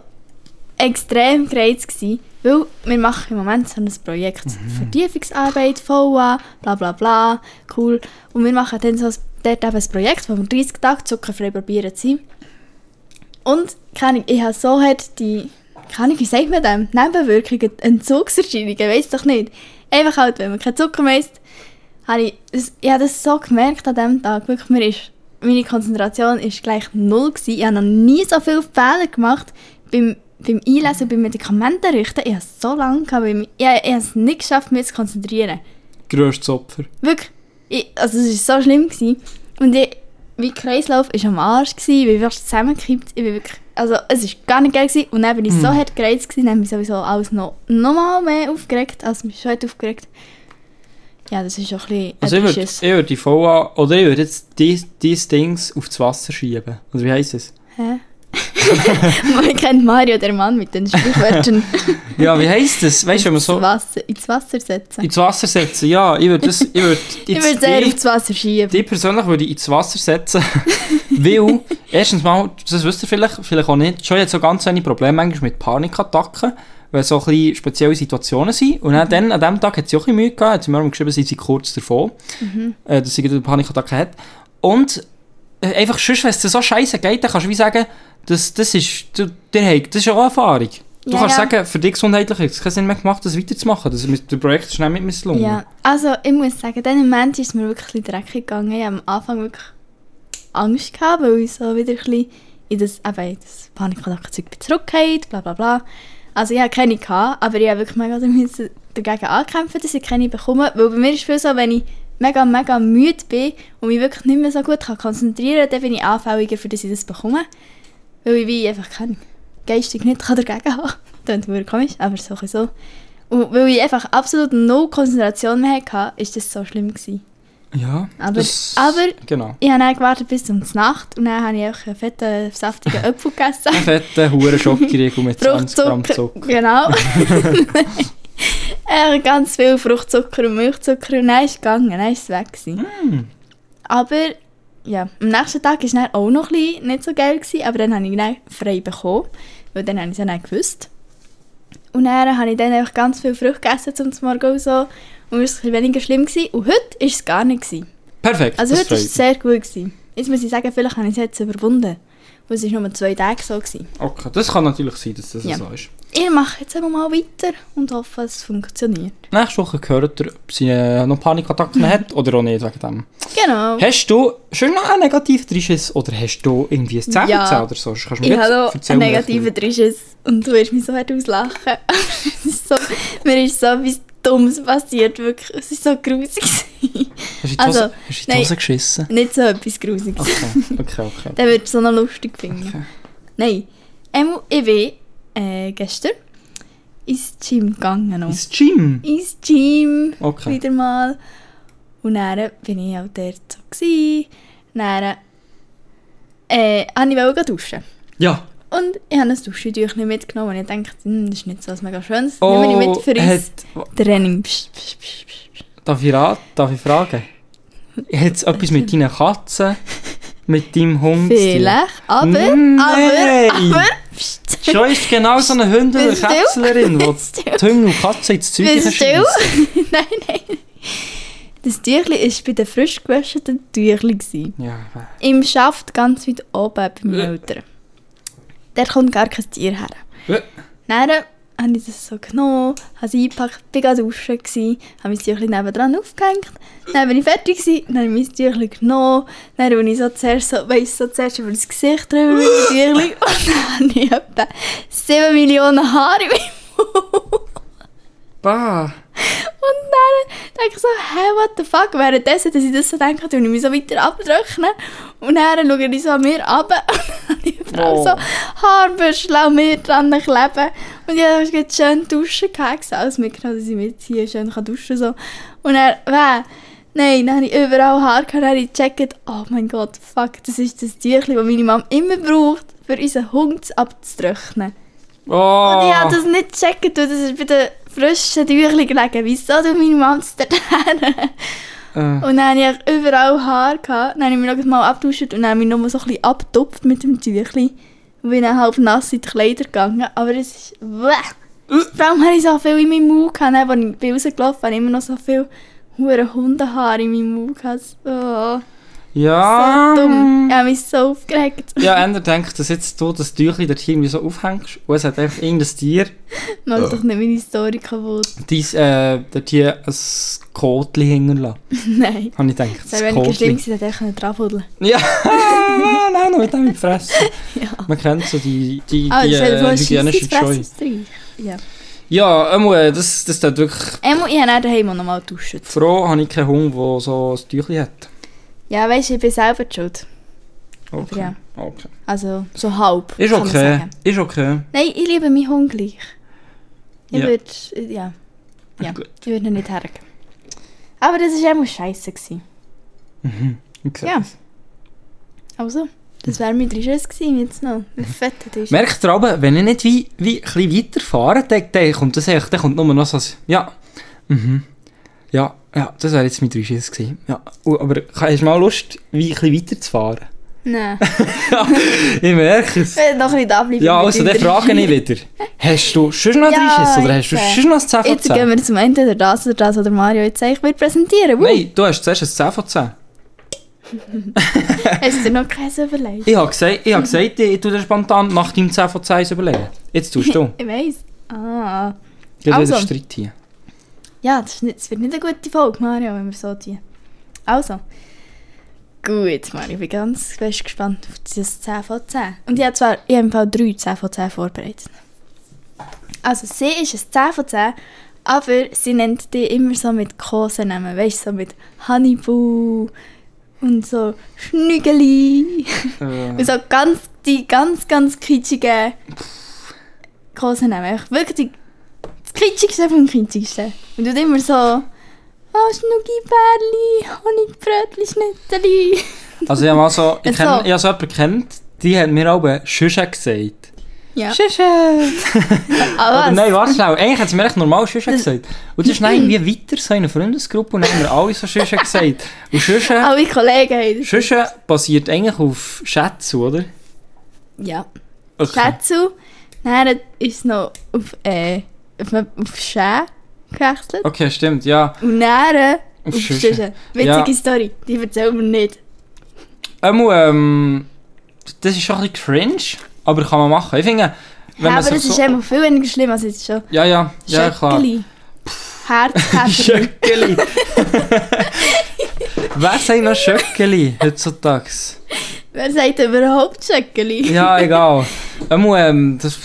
extrem gereizt gewesen, weil wir machen im Moment so ein Projekt. Vertiefungsarbeit, VA, bla bla bla, cool. Und wir machen dann so ein, dort eben ein Projekt, wo wir 30 Tage zuckerfrei probieren zu sein. Und keine Ahnung, ich habe so hart die, keine Ahnung, wie sagt man dem, Nebenwirkungen, Entzugserscheinungen, weiss doch nicht. Einfach halt, wenn man keinen Zucker mehr isst, habe ich, es- ich habe das so gemerkt an diesem Tag. Wirklich, mir ist, meine Konzentration war gleich null. Gewesen. Ich habe noch nie so viele Fehler gemacht beim, beim Einlesen, beim Medikamenten richten. Ich habe es so lange gehabt, weil ich, ich, ich habe es nicht geschafft, mich zu konzentrieren. Grösstes Opfer. Wirklich. Ich, also es war so schlimm. Gewesen. Und ich, mein Kreislauf war am Arsch, gewesen, ich bin fast zusammengekippt. Ich bin wirklich, also es war gar nicht geil. Gewesen. Und dann bin ich Hm. so hart gereizt, gewesen, dann bin ich sowieso alles noch, noch mal mehr aufgeregt, als mich schon hat aufgeregt. Ja, das ist schon ein bisschen ein Also ich würde Beschiss. ich würd die VA, oder ich würde jetzt die, die Dings aufs Wasser schieben. Also wie heisst es? Hä? Man kennt Mario, der Mann mit den Sprichwörtern. Ja, wie heisst es? Weißt du, wenn man Das so Wasser, ins Wasser setzen. ins Wasser setzen, ja, ich würde das, ich würde Ich würde sehr aufs Wasser schieben. Die persönlich würde ich ins Wasser setzen, weil, erstens mal, das wisst ihr vielleicht, vielleicht auch nicht, schon jetzt so ganz wenig Probleme manchmal mit Panikattacken, weil so ein bisschen spezielle Situationen sind. Und Mhm. auch dann, an diesem Tag hat sie auch ein bisschen Mühe gehabt, hat sie mir auch geschrieben, sie sei kurz davon, Mhm. äh, dass sie gerade eine Panikattacke hat. Und äh, einfach, sonst, wenn es dir so scheiße geht, dann kannst du wie sagen, das, das ist, du, der hat, das ist ja auch Erfahrung. Du Ja, kannst ja. sagen, für dich gesundheitlich hat es keinen Sinn mehr gemacht, das weiterzumachen. Das, das Projekt ist nicht mit misslungen. Ja, also ich muss sagen, in diesem Moment ist es mir wirklich ein bisschen dreckig gegangen. Ich habe am Anfang wirklich Angst gehabt, weil ich so wieder ein bisschen in das, eben, in das Panikattackenzeug bin zurückgefallen, bla bla bla. Also ich hatte keine, gehabt, aber ich habe wirklich mega müssen dagegen ankämpfen, dass ich keine bekomme. Weil bei mir ist es viel so, wenn ich mega, mega müde bin und mich wirklich nicht mehr so gut kann konzentrieren kann, dann bin ich anfälliger, für dass ich das bekomme. Weil ich wie einfach keine geistig nicht kann dagegen haben kann. Das klingt komisch, aber so ein bisschen so. Und weil ich einfach absolut null Konzentration mehr hatte, war das so schlimm. Gewesen. Ja. Aber- das- aber- Genau. Ich habe dann gewartet bis um die Nacht und dann habe ich auch einen fetten, saftigen Apfel gegessen. Ein fetter hure Schokoriegel mit 20 Gramm Fruchtzucker. Zucker. Genau. äh, ganz viel Fruchtzucker und Milchzucker und dann ist es gegangen, dann ist es weg. Gewesen. Mm. Aber ja, am nächsten Tag war es dann auch noch ein bisschen nicht so geil, gewesen, aber dann habe ich dann frei bekommen, weil dann habe ich es ja dann gewusst. Und dann habe ich dann einfach ganz viel Frucht gegessen zum Morgen und so und es war ein bisschen weniger schlimm gewesen. und heute war es gar nicht. Gewesen. Perfekt, Also das heute war es freut mich. sehr gut. Gewesen. Jetzt muss ich sagen, vielleicht habe ich es jetzt überwunden, weil es war nur zwei Tage so. Gewesen. Okay, das kann natürlich sein, dass das Ja. so ist. Ich mache jetzt einfach mal weiter und hoffe, es funktioniert. Nächste Woche hört ihr, ob sie äh, noch Panikattacken hat oder auch nicht wegen dem. Genau. Hast du schon noch einen negativen Drisches oder hast du irgendwie ein Zähnchen Ja. oder so? Kannst du mir Ich jetzt habe auch erzählen, einen negativen Drisches und du wirst mich so hart auslachen. es ist so, mir ist so etwas Dummes passiert, wirklich. Es war so grusig. Hast du in die Also, Hose- hast du in die nein. Hose geschissen? Nicht so etwas Grusiges. Okay, okay, okay. Der wird es so noch lustig finden. Okay. Nein. Einmal, ich bin äh, gestern ins Gym gegangen. Noch. Ins Gym? Ins Gym. Okay. wieder mal. Und dann bin ich auch dort so. Gewesen. Dann äh, wollte ich duschen. Ja. Und ich habe ein Duschentüchchen nicht mitgenommen. Und ich dachte, hm, das ist nicht so was mega Schönes. Das Oh, nehme ich mit für uns hat, Training. Psch, psch, psch, psch, psch. darf, ich raten, darf ich fragen? Hat es etwas mit deiner Katze, mit deinem Hund? zu tun? Vielleicht, aber, Nein. aber, aber, pst, Schon ist genau so eine Hündin oder Bist du Kätzlerin, die still? die Hunde und Katze ins Zeug bist du still? schiessen. nein, nein. Das Tüchli war bei den frisch gewaschenen Tüchli. Gewesen. Ja, äh, Im Schaft ganz weit oben bei meinen Eltern. Der kommt gar kein Tier her. Ja. Dann habe ich das so genommen, habe es eingepackt, bin gerade duschen, gewesen, habe mein Tüchlein nebendran aufgehängt. Dann bin ich fertig, gewesen, dann habe ich mein Tüchlein genommen, dann bin ich so zuerst, so, weiss, so zuerst über das Gesicht drüber mit dem Tüchlein und dann habe ich etwa 7 Millionen Haare in meinem Mund. bah. Und dann denke ich so, hey, what the fuck? Währenddessen, dass ich das so denke, tue ich mich so weiter abdrücken. Und dann schaue ich so an mir ab und ich Frau Oh. so Haarbüschel an mir dran kleben. Und ich habe gerade schön duschen gehabt, alles mitgenommen, dass ich mit hier schön kann duschen kann. So. Und dann, weh, nein, dann habe ich überall Haar gehabt. Dann habe ich gecheckt, oh mein Gott, fuck, das ist das Tierchen, das meine Mama immer braucht, für unseren Hund abzudrücken. Oh. Und ich habe das nicht gecheckt, weil das ist bei den frischen Tüchli gelegen. Wieso du meine Mom zu der äh. Und dann hatte ich überall Haar. Gehabt. Dann habe ich mich noch mal abgeduscht und dann habe ich mich noch so ein bisschen abgetupft mit dem Tüchli. Und bin dann halb nass in die Kleider gegangen. Aber es ist... Bäh. Vor allem habe ich so viel in meinem Mund gehabt. Dann, Als ich bin rausgelaufen bin, habe ich immer noch so viel hure Hundehaar in meinem Mund gehabt. Oh, Ja. so dumm. Ich habe mich so aufgeregt. Ja, Ender denkt, dass jetzt du das Tüchlein dort irgendwie so aufhängst und es hat einfach irgendein Tier, Mach doch nicht meine Story kaputt. dies, äh, dort hier ein Kotli hinterlassen. Nein. Habe ich gedacht. Es wäre ein weniger Kotli. schlimm gewesen, hätte ich dran fuddeln Ja, nein, nein, mit dem Fressen. Ja. Man kennt so die, die, Ah, die das wäre äh, wohl ein hygienische Scheu. scheisses Dreck. Ja. Ja, ähm, äh, das, das tut wirklich Ähm, ich habe dann daheim auch noch mal duschen. froh, habe ich keinen Hund, der so ein Tüchlein hat. Ja, weißt du, ich bin selber die schuld. Okay. Ja. okay. Also, so halb. Ist kann man okay, sagen. ist okay. Nein, ich liebe meinen Hund gleich. Ich Ja. würde. Ja. Ja. Ist gut. Ich würde ihn nicht hergeben. Aber das war einmal scheiße. Gewesen. okay. Ja. Also, das wäre mein Drisches gewesen, jetzt noch. Ein fetter Drisch. Merkt ihr aber, wenn ich nicht wie, wie ein bisschen weiterfahre, dann, dann kommt das echt, dann kommt nur noch so ein, ja, mhm, ja, ja, das wäre jetzt mein Dreischiss gewesen. Ja, Uh, aber hast du mal Lust, wie ein bisschen weiterzufahren? Nein. ich merke es. Ich will noch ein bisschen da bleiben. Ja, mit also dem dann Drisches. frage ich wieder. Hast du schon noch Ja, Dreischiss oder hast du jetzt, äh, schon noch ein 10 von Jetzt gehen 10? wir zum Ende der das oder das, oder Mario jetzt eigentlich wird präsentieren. Woo! Nein, du hast zuerst ein 10 von 10. Hast du dir noch keins überlegt? Ich habe gesagt, ich, habe gesagt, ich, ich tue dir spontan nach deinem 10 von 10 eins überlegen. Jetzt tust du. Ich weiss. Ah. Geht Also. wieder Streit hier. Ja, das, ist nicht, das wird nicht eine gute Folge, Mario, wenn wir so tun. Also. Gut, Mario, ich bin ganz fest gespannt auf das 10 von 10. Und ich habe zwar, ich habe im Fall 3 10 von 10 vorbereitet. Also sie ist ein 10 von 10, aber sie nennt die immer so mit Kosenamen, weißt du, so mit Honeybu und so Schnügeli. Äh, Und so ganz, die ganz, ganz kitschigen Kosenamen. Echt Wirklich die, das kitschigste vom kitschigsten. Und tut immer so, oh Schnuggibärli, Honigbrötli, Schnitteli. also ich habe mal so, ich, Jetzt kenn, so. ich habe so jemanden kennt, die hat mir auch Schüsche gesagt. Ja. Schüsche! Aber Oder was? nein, warte schnell. Eigentlich hat sie mir echt normal Schüsche gesagt. Und das ist dann irgendwie weiter so in einer Freundesgruppe und dann haben wir alle so Schüsche gesagt. Und Schüsche, Alle Kollegen haben das. Schüsche basiert eigentlich auf Schätze, oder? Ja. Okay. Schätzu. Dann ist es noch auf, äh, auf, auf Schä gewechselt. Okay, stimmt, ja. Und dann äh, auf Auf Schüsche. Schüsche. Witzige Ja. Story, die erzählen wir nicht. Ähm, ähm, das ist schon ein bisschen cringe, aber kann man machen. Ich finde, wenn Ja, man aber sich das ist so... immer viel weniger schlimm als jetzt schon. Ja, ja, ja, klar. Schöckeli. Herzkäferli. Schöckeli. Wer sagt noch Schöckeli heutzutage? Wer sagt überhaupt Schöckeli? Ja, egal. Ähm, ähm, das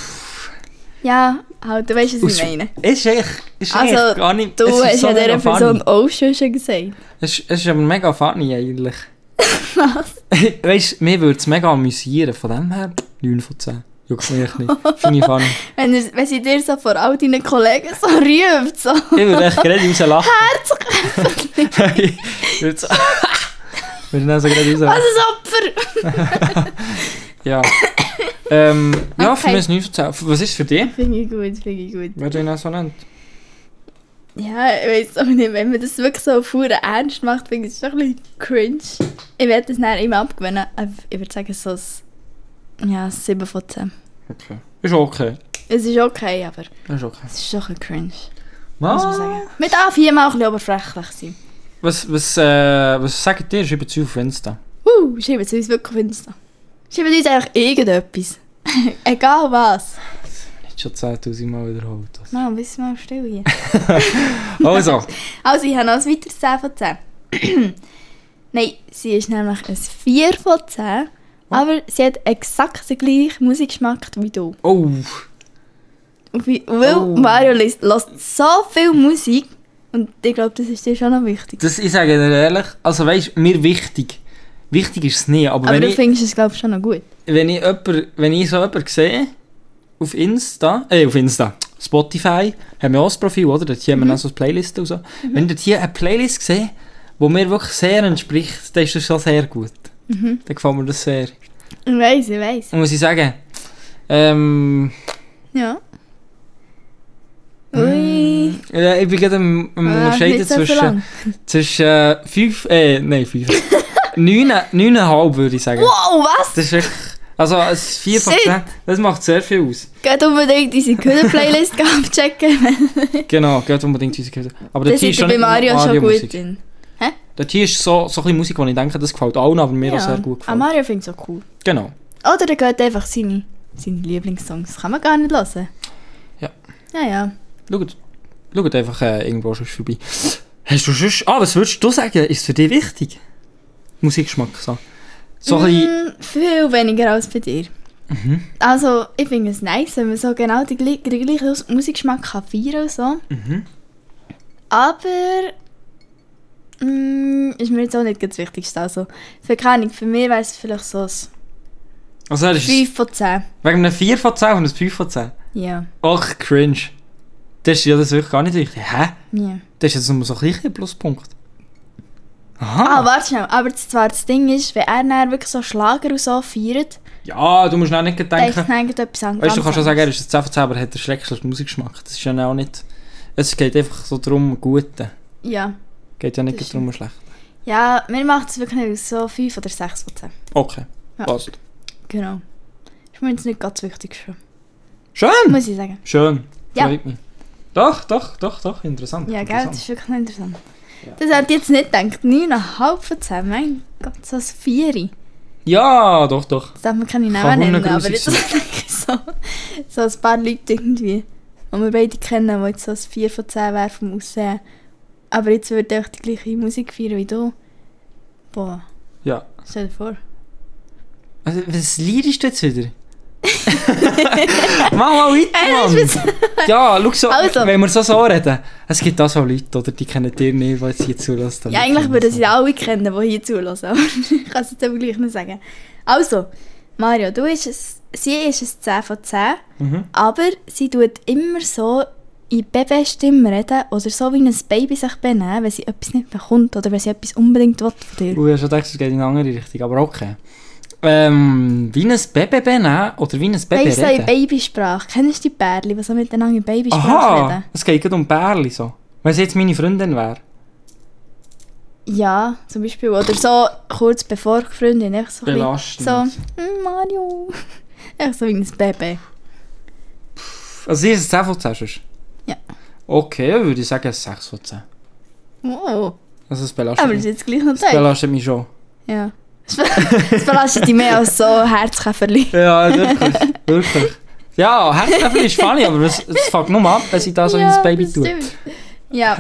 Ja, halt, du weißt, was Aus- ich meine. ist echt, ist Also, echt gar nicht... Du es ist hast so ja dieser mega funny. Person auch Schösche gesagt. Es, ist- es ist aber mega funny eigentlich. Was? weißt du, mir würde es mega amüsieren. Von dem her 9 von 10. Juckt mich echt nicht. Finde ich funny. Wenn, er, wenn sie dir so vor all deinen Kollegen so rübt, so. Ich würde echt gerade rauslachen. Herzlich! ich würde so... würde dann so gerade Was rauslachen. ein Opfer! Ja. Ähm, ja, für Okay. mich ist 9 von 10. Was ist für dich? Finde ich gut, finde ich gut. Wer den auch so nennt? Ja, ich weiß auch nicht, wenn man das wirklich so fuhr ernst macht, finde ich es schon ein bisschen cringe. dus Ich werde das nachher immer abgewöhnen. aber Ich würde sagen, so ein, ja, ein 7 von 10. Okay. Ist okay. Es ist okay, aber Ist okay. es ist schon ein bisschen cringe. Muss man Was? sagen. Man darf hier mal ein bisschen oberflächlich sein. Was, was, äh, was sagt ihr? Schreibt es uns auf Insta. Uh, schreibt es uns wirklich auf Insta. Schreibt uns einfach irgendetwas. Egal was. Nicht schon 10'000 Mal wiederholt. das. Mann, bist du mal still hier. Also, Also, ich habe noch ein weiteres 10 von 10. Nein, sie ist nämlich ein 4 von 10. Aber sie hat exakt den gleichen Musikgeschmack wie du. oh, Und wie- Weil Oh. Mario liest, hört so viel Musik. Und ich glaube, das ist dir schon noch wichtig. das, ich sage dir ehrlich, also weißt du, mir wichtig. Wichtig ist es nie, aber, Aber wenn, du ich, findest es, glaube ich, schon noch gut. wenn, ich jemand, wenn ich so jemanden sehe, auf Insta, äh, auf Insta, Spotify, haben wir auch ein Profil, oder? Dort haben wir auch so Playlisten und so. Wenn ich dort hier eine Playlist sehe, die mir wirklich sehr entspricht, dann ist das schon sehr gut. Dann gefällt mir das sehr. Ich weiß, ich weiß. Und muss ich sagen, ähm, Ja. Ui. Ja, ich bin gerade am, am Ah, Unterscheiden nicht so Mm. zwischen, verlangt. zwischen äh, fünf, äh, nein, fünf. neun, neuneinhalb würde ich sagen. Wow, was? Das ist echt, also ein 4 von Shit. 10, das macht sehr viel aus. Geht unbedingt unsere Köder-Playlist abchecken. Genau, geht unbedingt unsere Kürze. Aber Das dort hier ist ist ja schon bei Mario schon gut Mario-Musik. drin. Dort hier ist so, so ein bisschen Musik, die ich denke, das gefällt allen, aber mir auch sehr gut Ah, gefällt. Mario findet es auch cool. Genau. Oder er geht einfach seine, seine Lieblingssongs. Kann man gar nicht hören. Ja. Ja, ja. Schaut, schaut einfach äh, irgendwo schon vorbei. Hast du sonst, ah, was würdest du sagen, ist für dich wichtig? Musikgeschmack, so. So ein bisschen, Mm, viel weniger als bei dir. Mhm. Also, ich finde es nice, wenn man so genau die gli- den gleichen Aus- Musikgeschmack kann feiern und so. Mhm. Aber... Mm, ist mir jetzt auch nicht das Wichtigste. Also, für keine Ahnung, für mich wäre es vielleicht so ein also das ist 5 von 10. wegen einem 4 von 10 und einem 5 von 10. Ja. Ach, cringe. Das ist ja das wirklich gar nicht richtig. Hä? ja. Das ist jetzt nur so ein kleiner Pluspunkt. Aha. Ah, warte schnell. Aber das, zwar das Ding ist, wenn er dann wirklich so Schlager und so feiert, ja, du musst auch nicht denken. dann ist es Weißt irgendetwas anderes. du, du kannst schon sagen, er ist ein 10 von 10, aber er hat den schrecklichsten Musikgeschmack. Das ist ja auch nicht. Es geht einfach so darum, Gute. Ja. Geht ja Das nicht darum, schlecht. Ja, mir macht es wirklich nicht aus, so 5 oder 6 von 10. Okay, Ja. passt. Genau. Ist mir jetzt nicht ganz wichtig schon. Schön! Muss ich sagen. Schön. Ja. Freut mich. Doch, doch, doch, doch, interessant. Ja, gell, interessant. das ist wirklich noch interessant. Dus Das hätte ich jetzt nicht gedacht. 9,5 von 10, mein Gott, so ein 4. Ja, doch, doch. Das darf man keine Kann Namen nennen, aber hundertgrusig jetzt so, so ein paar Leute irgendwie, die wir beide kennen, die jetzt so ein 4 von 10 wäre vom Aussehen. Aber jetzt würde ich auch die gleiche Musik feiern wie du. Boah, Ja. stell dir vor. Also, was liedest du jetzt wieder? Mach mal weiter, Mann. Ja, schau so, Also. wenn wir so so reden. Es gibt auch so Leute, oder, die kennen dir nicht, was sie zulassen. Ja, eigentlich würden sie alle kennen, die hier zulassen, aber ich kann es jetzt aber gleich nicht sagen. Also, Mario, du ist es, sie ist es 10 von 10, Mhm. aber sie tut immer so in Babystimme reden oder so wie ein Baby sich benehmen, wenn sie etwas nicht bekommt oder wenn sie etwas unbedingt will von dir. Ich habe schon gedacht, es geht in eine andere Richtung, aber okay. Ähm, wie ein Baby benehmen oder wie ein Baby Weißt du, so in reden? Babysprache. Kennst du die Bärli, die so miteinander in Babysprache Aha, reden? es geht gerade um Bärli so. Wenn sie jetzt meine Freundin wäre. Ja, zum Beispiel. Oder so kurz bevor die Freundin. Einfach so ein bisschen- Belastend. So, «Hm, Mario. Echt so wie ein Baby. Also sie ist ein 10 von 10 sonst? Ja. Okay, dann würde ich sagen ein 6 von 10. Wow. Also es Aber belastet das ist mich. jetzt gleich noch Es Zeit. belastet mich schon. Ja. Das belastet dich mehr als so Herzkäferli. Ja, also wirklich. wirklich. Ja, Herzkäfer ist funny, aber es, es fängt nur ab, wenn sie da so in das Baby das tut. stimmt. Ja.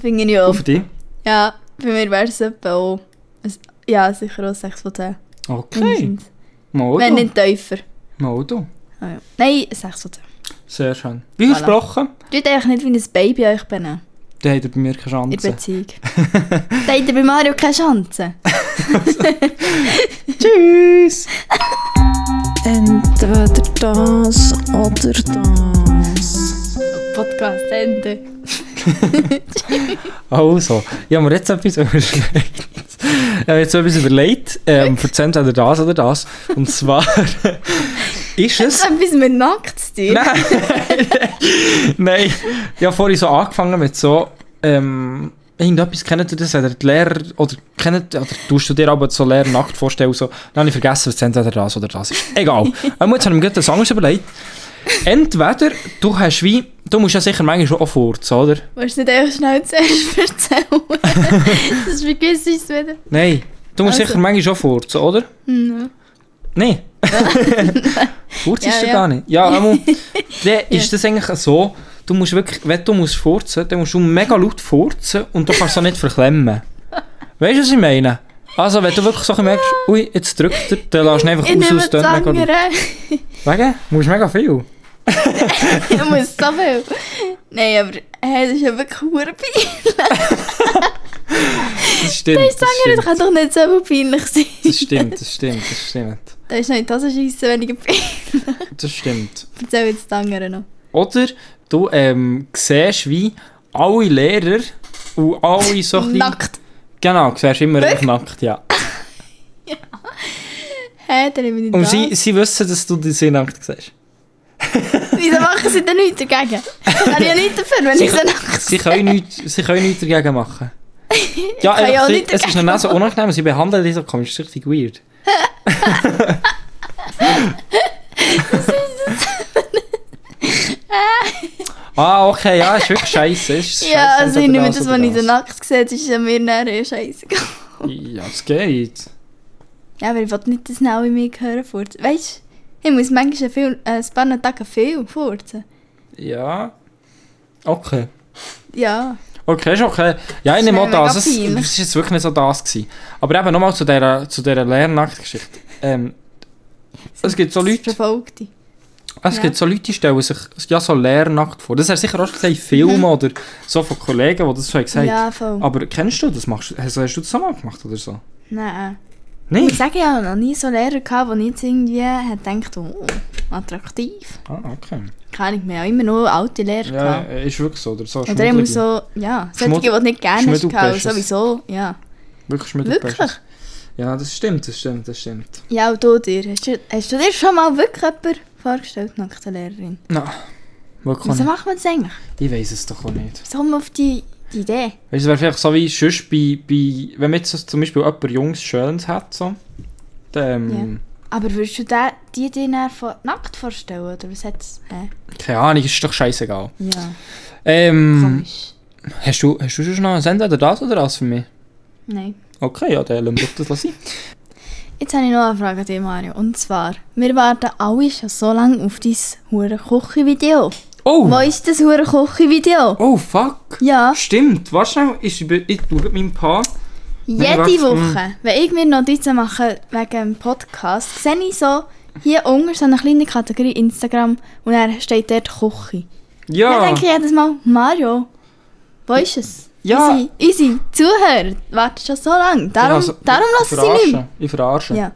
Finde ich Und auch. für dich? Ja, bei mir wäre es etwa auch... ein- Ja, sicher auch 6 von 10. Okay. mindestens. Wenn Modo. nicht tiefer. Modo. Ah, ja. Nein, 6 von 10. Sehr schön. Wie Voilà. versprochen, Tut eigentlich nicht wie ein Baby euch benehmen. dann habt ihr bei mir keine In Chance. der Beziehung. da hat er bei Mario keine Chance. Tschüss! Entweder das oder das. Podcast Ende. Also, ich habe mir jetzt etwas überlegt. Ich habe jetzt etwas überlegt, ähm, für entweder das oder das. Und zwar ist es... So ein bisschen mit nackt zu dir. Nein. Nein. Ich habe vorhin so angefangen mit so, ähm, irgendetwas kennt ihr das, oder die Lehrer, oder kennt, oder tust du dir aber so Lehrer nackt vorstellen, so, dann habe ich Nou, vergessen, was entweder das oder das ist. Egal. Aber jetzt habe ich mir gerade etwas anderes überlegt. Entweder du hast wie, du musst ja sicher manchmal schon auch furzen, oder? Willst du nicht einfach schnell zuerst erzählen? das vergiss ich es wieder. Nein. Du musst Also. sicher manchmal schon furzen, oder? Hm. Nein. Furz ist Ja, ja, ja. gar nicht. Ja, aber dann ist das eigentlich so, du musst wirklich, wenn du musst furzen, dann musst du mega laut furzen und du kannst es auch nicht verklemmen. Weißt du, was ich meine? Also, wenn du wirklich so ein bisschen merkst, ui, jetzt drückt er, dann lässt du ihn einfach Ich raus und nehme es die tönt mega laut. Zangerin. Wegen? Du musst mega viel. Ich muss so viel. Nein, aber hey, das ist ja wirklich verdammt peinlich. Das stimmt, das Das stimmt. kann doch nicht so peinlich sein. Das stimmt, das stimmt, das stimmt. Da ist noch in die Tasse scheissen, weniger peinlich. Das stimmt. Erzähl jetzt die anderen noch. Oder du ähm, siehst, wie alle Lehrer und alle so ein bisschen... Nackt. Genau, du siehst immer einfach nackt, ja. Hä, dann nehme ich die Und Tasse. sie, sie wissen, dass du die nackt siehst. Wieso machen sie denn nichts dagegen? Ich habe ja nichts dafür, wenn ich so nackt Sie können nichts, sie können nichts dagegen machen. Ja, kann ja einfach, auch sie, nicht es ist ihnen auch so unangenehm, sie behandeln dich so komisch, das ist richtig weird. ah, okay, ja, ist wirklich scheiße. Ist Ja, scheisse, also ich nehme das, oder was ich so das. nackt sehe, das ist ja mir näher scheißegal. Ja, es geht. Ja, aber ich will nicht, dass alle in mich hören furzen. Weißt du, ich muss manchmal viel, äh, ein paar Tage viel furzen. Ja. Okay. Ja. Okay, ist okay. Ja, Das ich nehme auch wäre mega das. Es war peinlich. jetzt wirklich nicht so das. Gewesen. Aber eben nochmal zu dieser, zu dieser Lehrnachtgeschichte. Ähm, es gibt so Das Leute, verfolgt dich. es Ja. gibt so Leute, die stellen sich ja so Lehrnacht vor. Das hast du sicher auch schon gesehen in Filmen oder so von Kollegen, die das so haben gesagt Mhm. Ja, voll. Aber kennst du das? Machst, du- also hast du das auch mal gemacht oder so? Nein. Ich muss Nein. sagen, ich habe noch nie so Lehrer gehabt, die nicht irgendwie hat gedacht oh, attraktiv. Ah, okay. Keine Ahnung mehr, ich habe immer nur alte Lehrer Ja, äh, gehabt. ist wirklich so. Oder so. Oder immer Schmuddelige. so, ja, solche, Schmudd- die du nicht gerne hast, gehabt, Schmuddelpesches. dus sowieso, ja. Wirklich schmuddelige Wirklich? Pest. Ja, das stimmt, das stimmt, das stimmt. Ja, und du dir, hast du, hast du dir schon mal wirklich jemanden vorgestellt, nackte Lehrerin? Nein. Wirklich Wieso nicht. macht man das eigentlich? Ich weiß es doch auch nicht. Wieso kommt man auf die, die Idee? Weißt du, es wäre vielleicht so wie sonst bei, bei wenn man jetzt so zum Beispiel jemand Jungs Schönes hat, so, dann, ähm, Aber würdest du den, die dir dann vor, nackt vorstellen, oder was hat's? Hä? keine Ahnung, ist doch scheißegal. Ja, Ähm, komisch. hast du, hast du schon noch ein Sender oder das oder das für mich? Nein. Okay, ja, dann lassen wir das sein. Jetzt habe ich noch eine Frage an dich, Mario. Und zwar, wir warten alle schon so lange auf dein hure Küche-Video. Wo Oh, ist das hure Küche-Video? oh, fuck. Ja, Stimmt, warte schnell, ich, über- ich schaue meinem Pa. jede warte, mm. Woche, wenn ich mir Notizen mache wegen dem Podcast, sehe ich so, Hier unten ist so eine kleine Kategorie Instagram und dann steht dort Küche. Dann Ja, denke ich jedes Mal, Mario, wo ist es? Ja. Unsere, unsere Zuhörer warten schon so lange. Darum, Also, darum ich lassen sie nicht mehr. verarsche. Ich verarsche. Ja,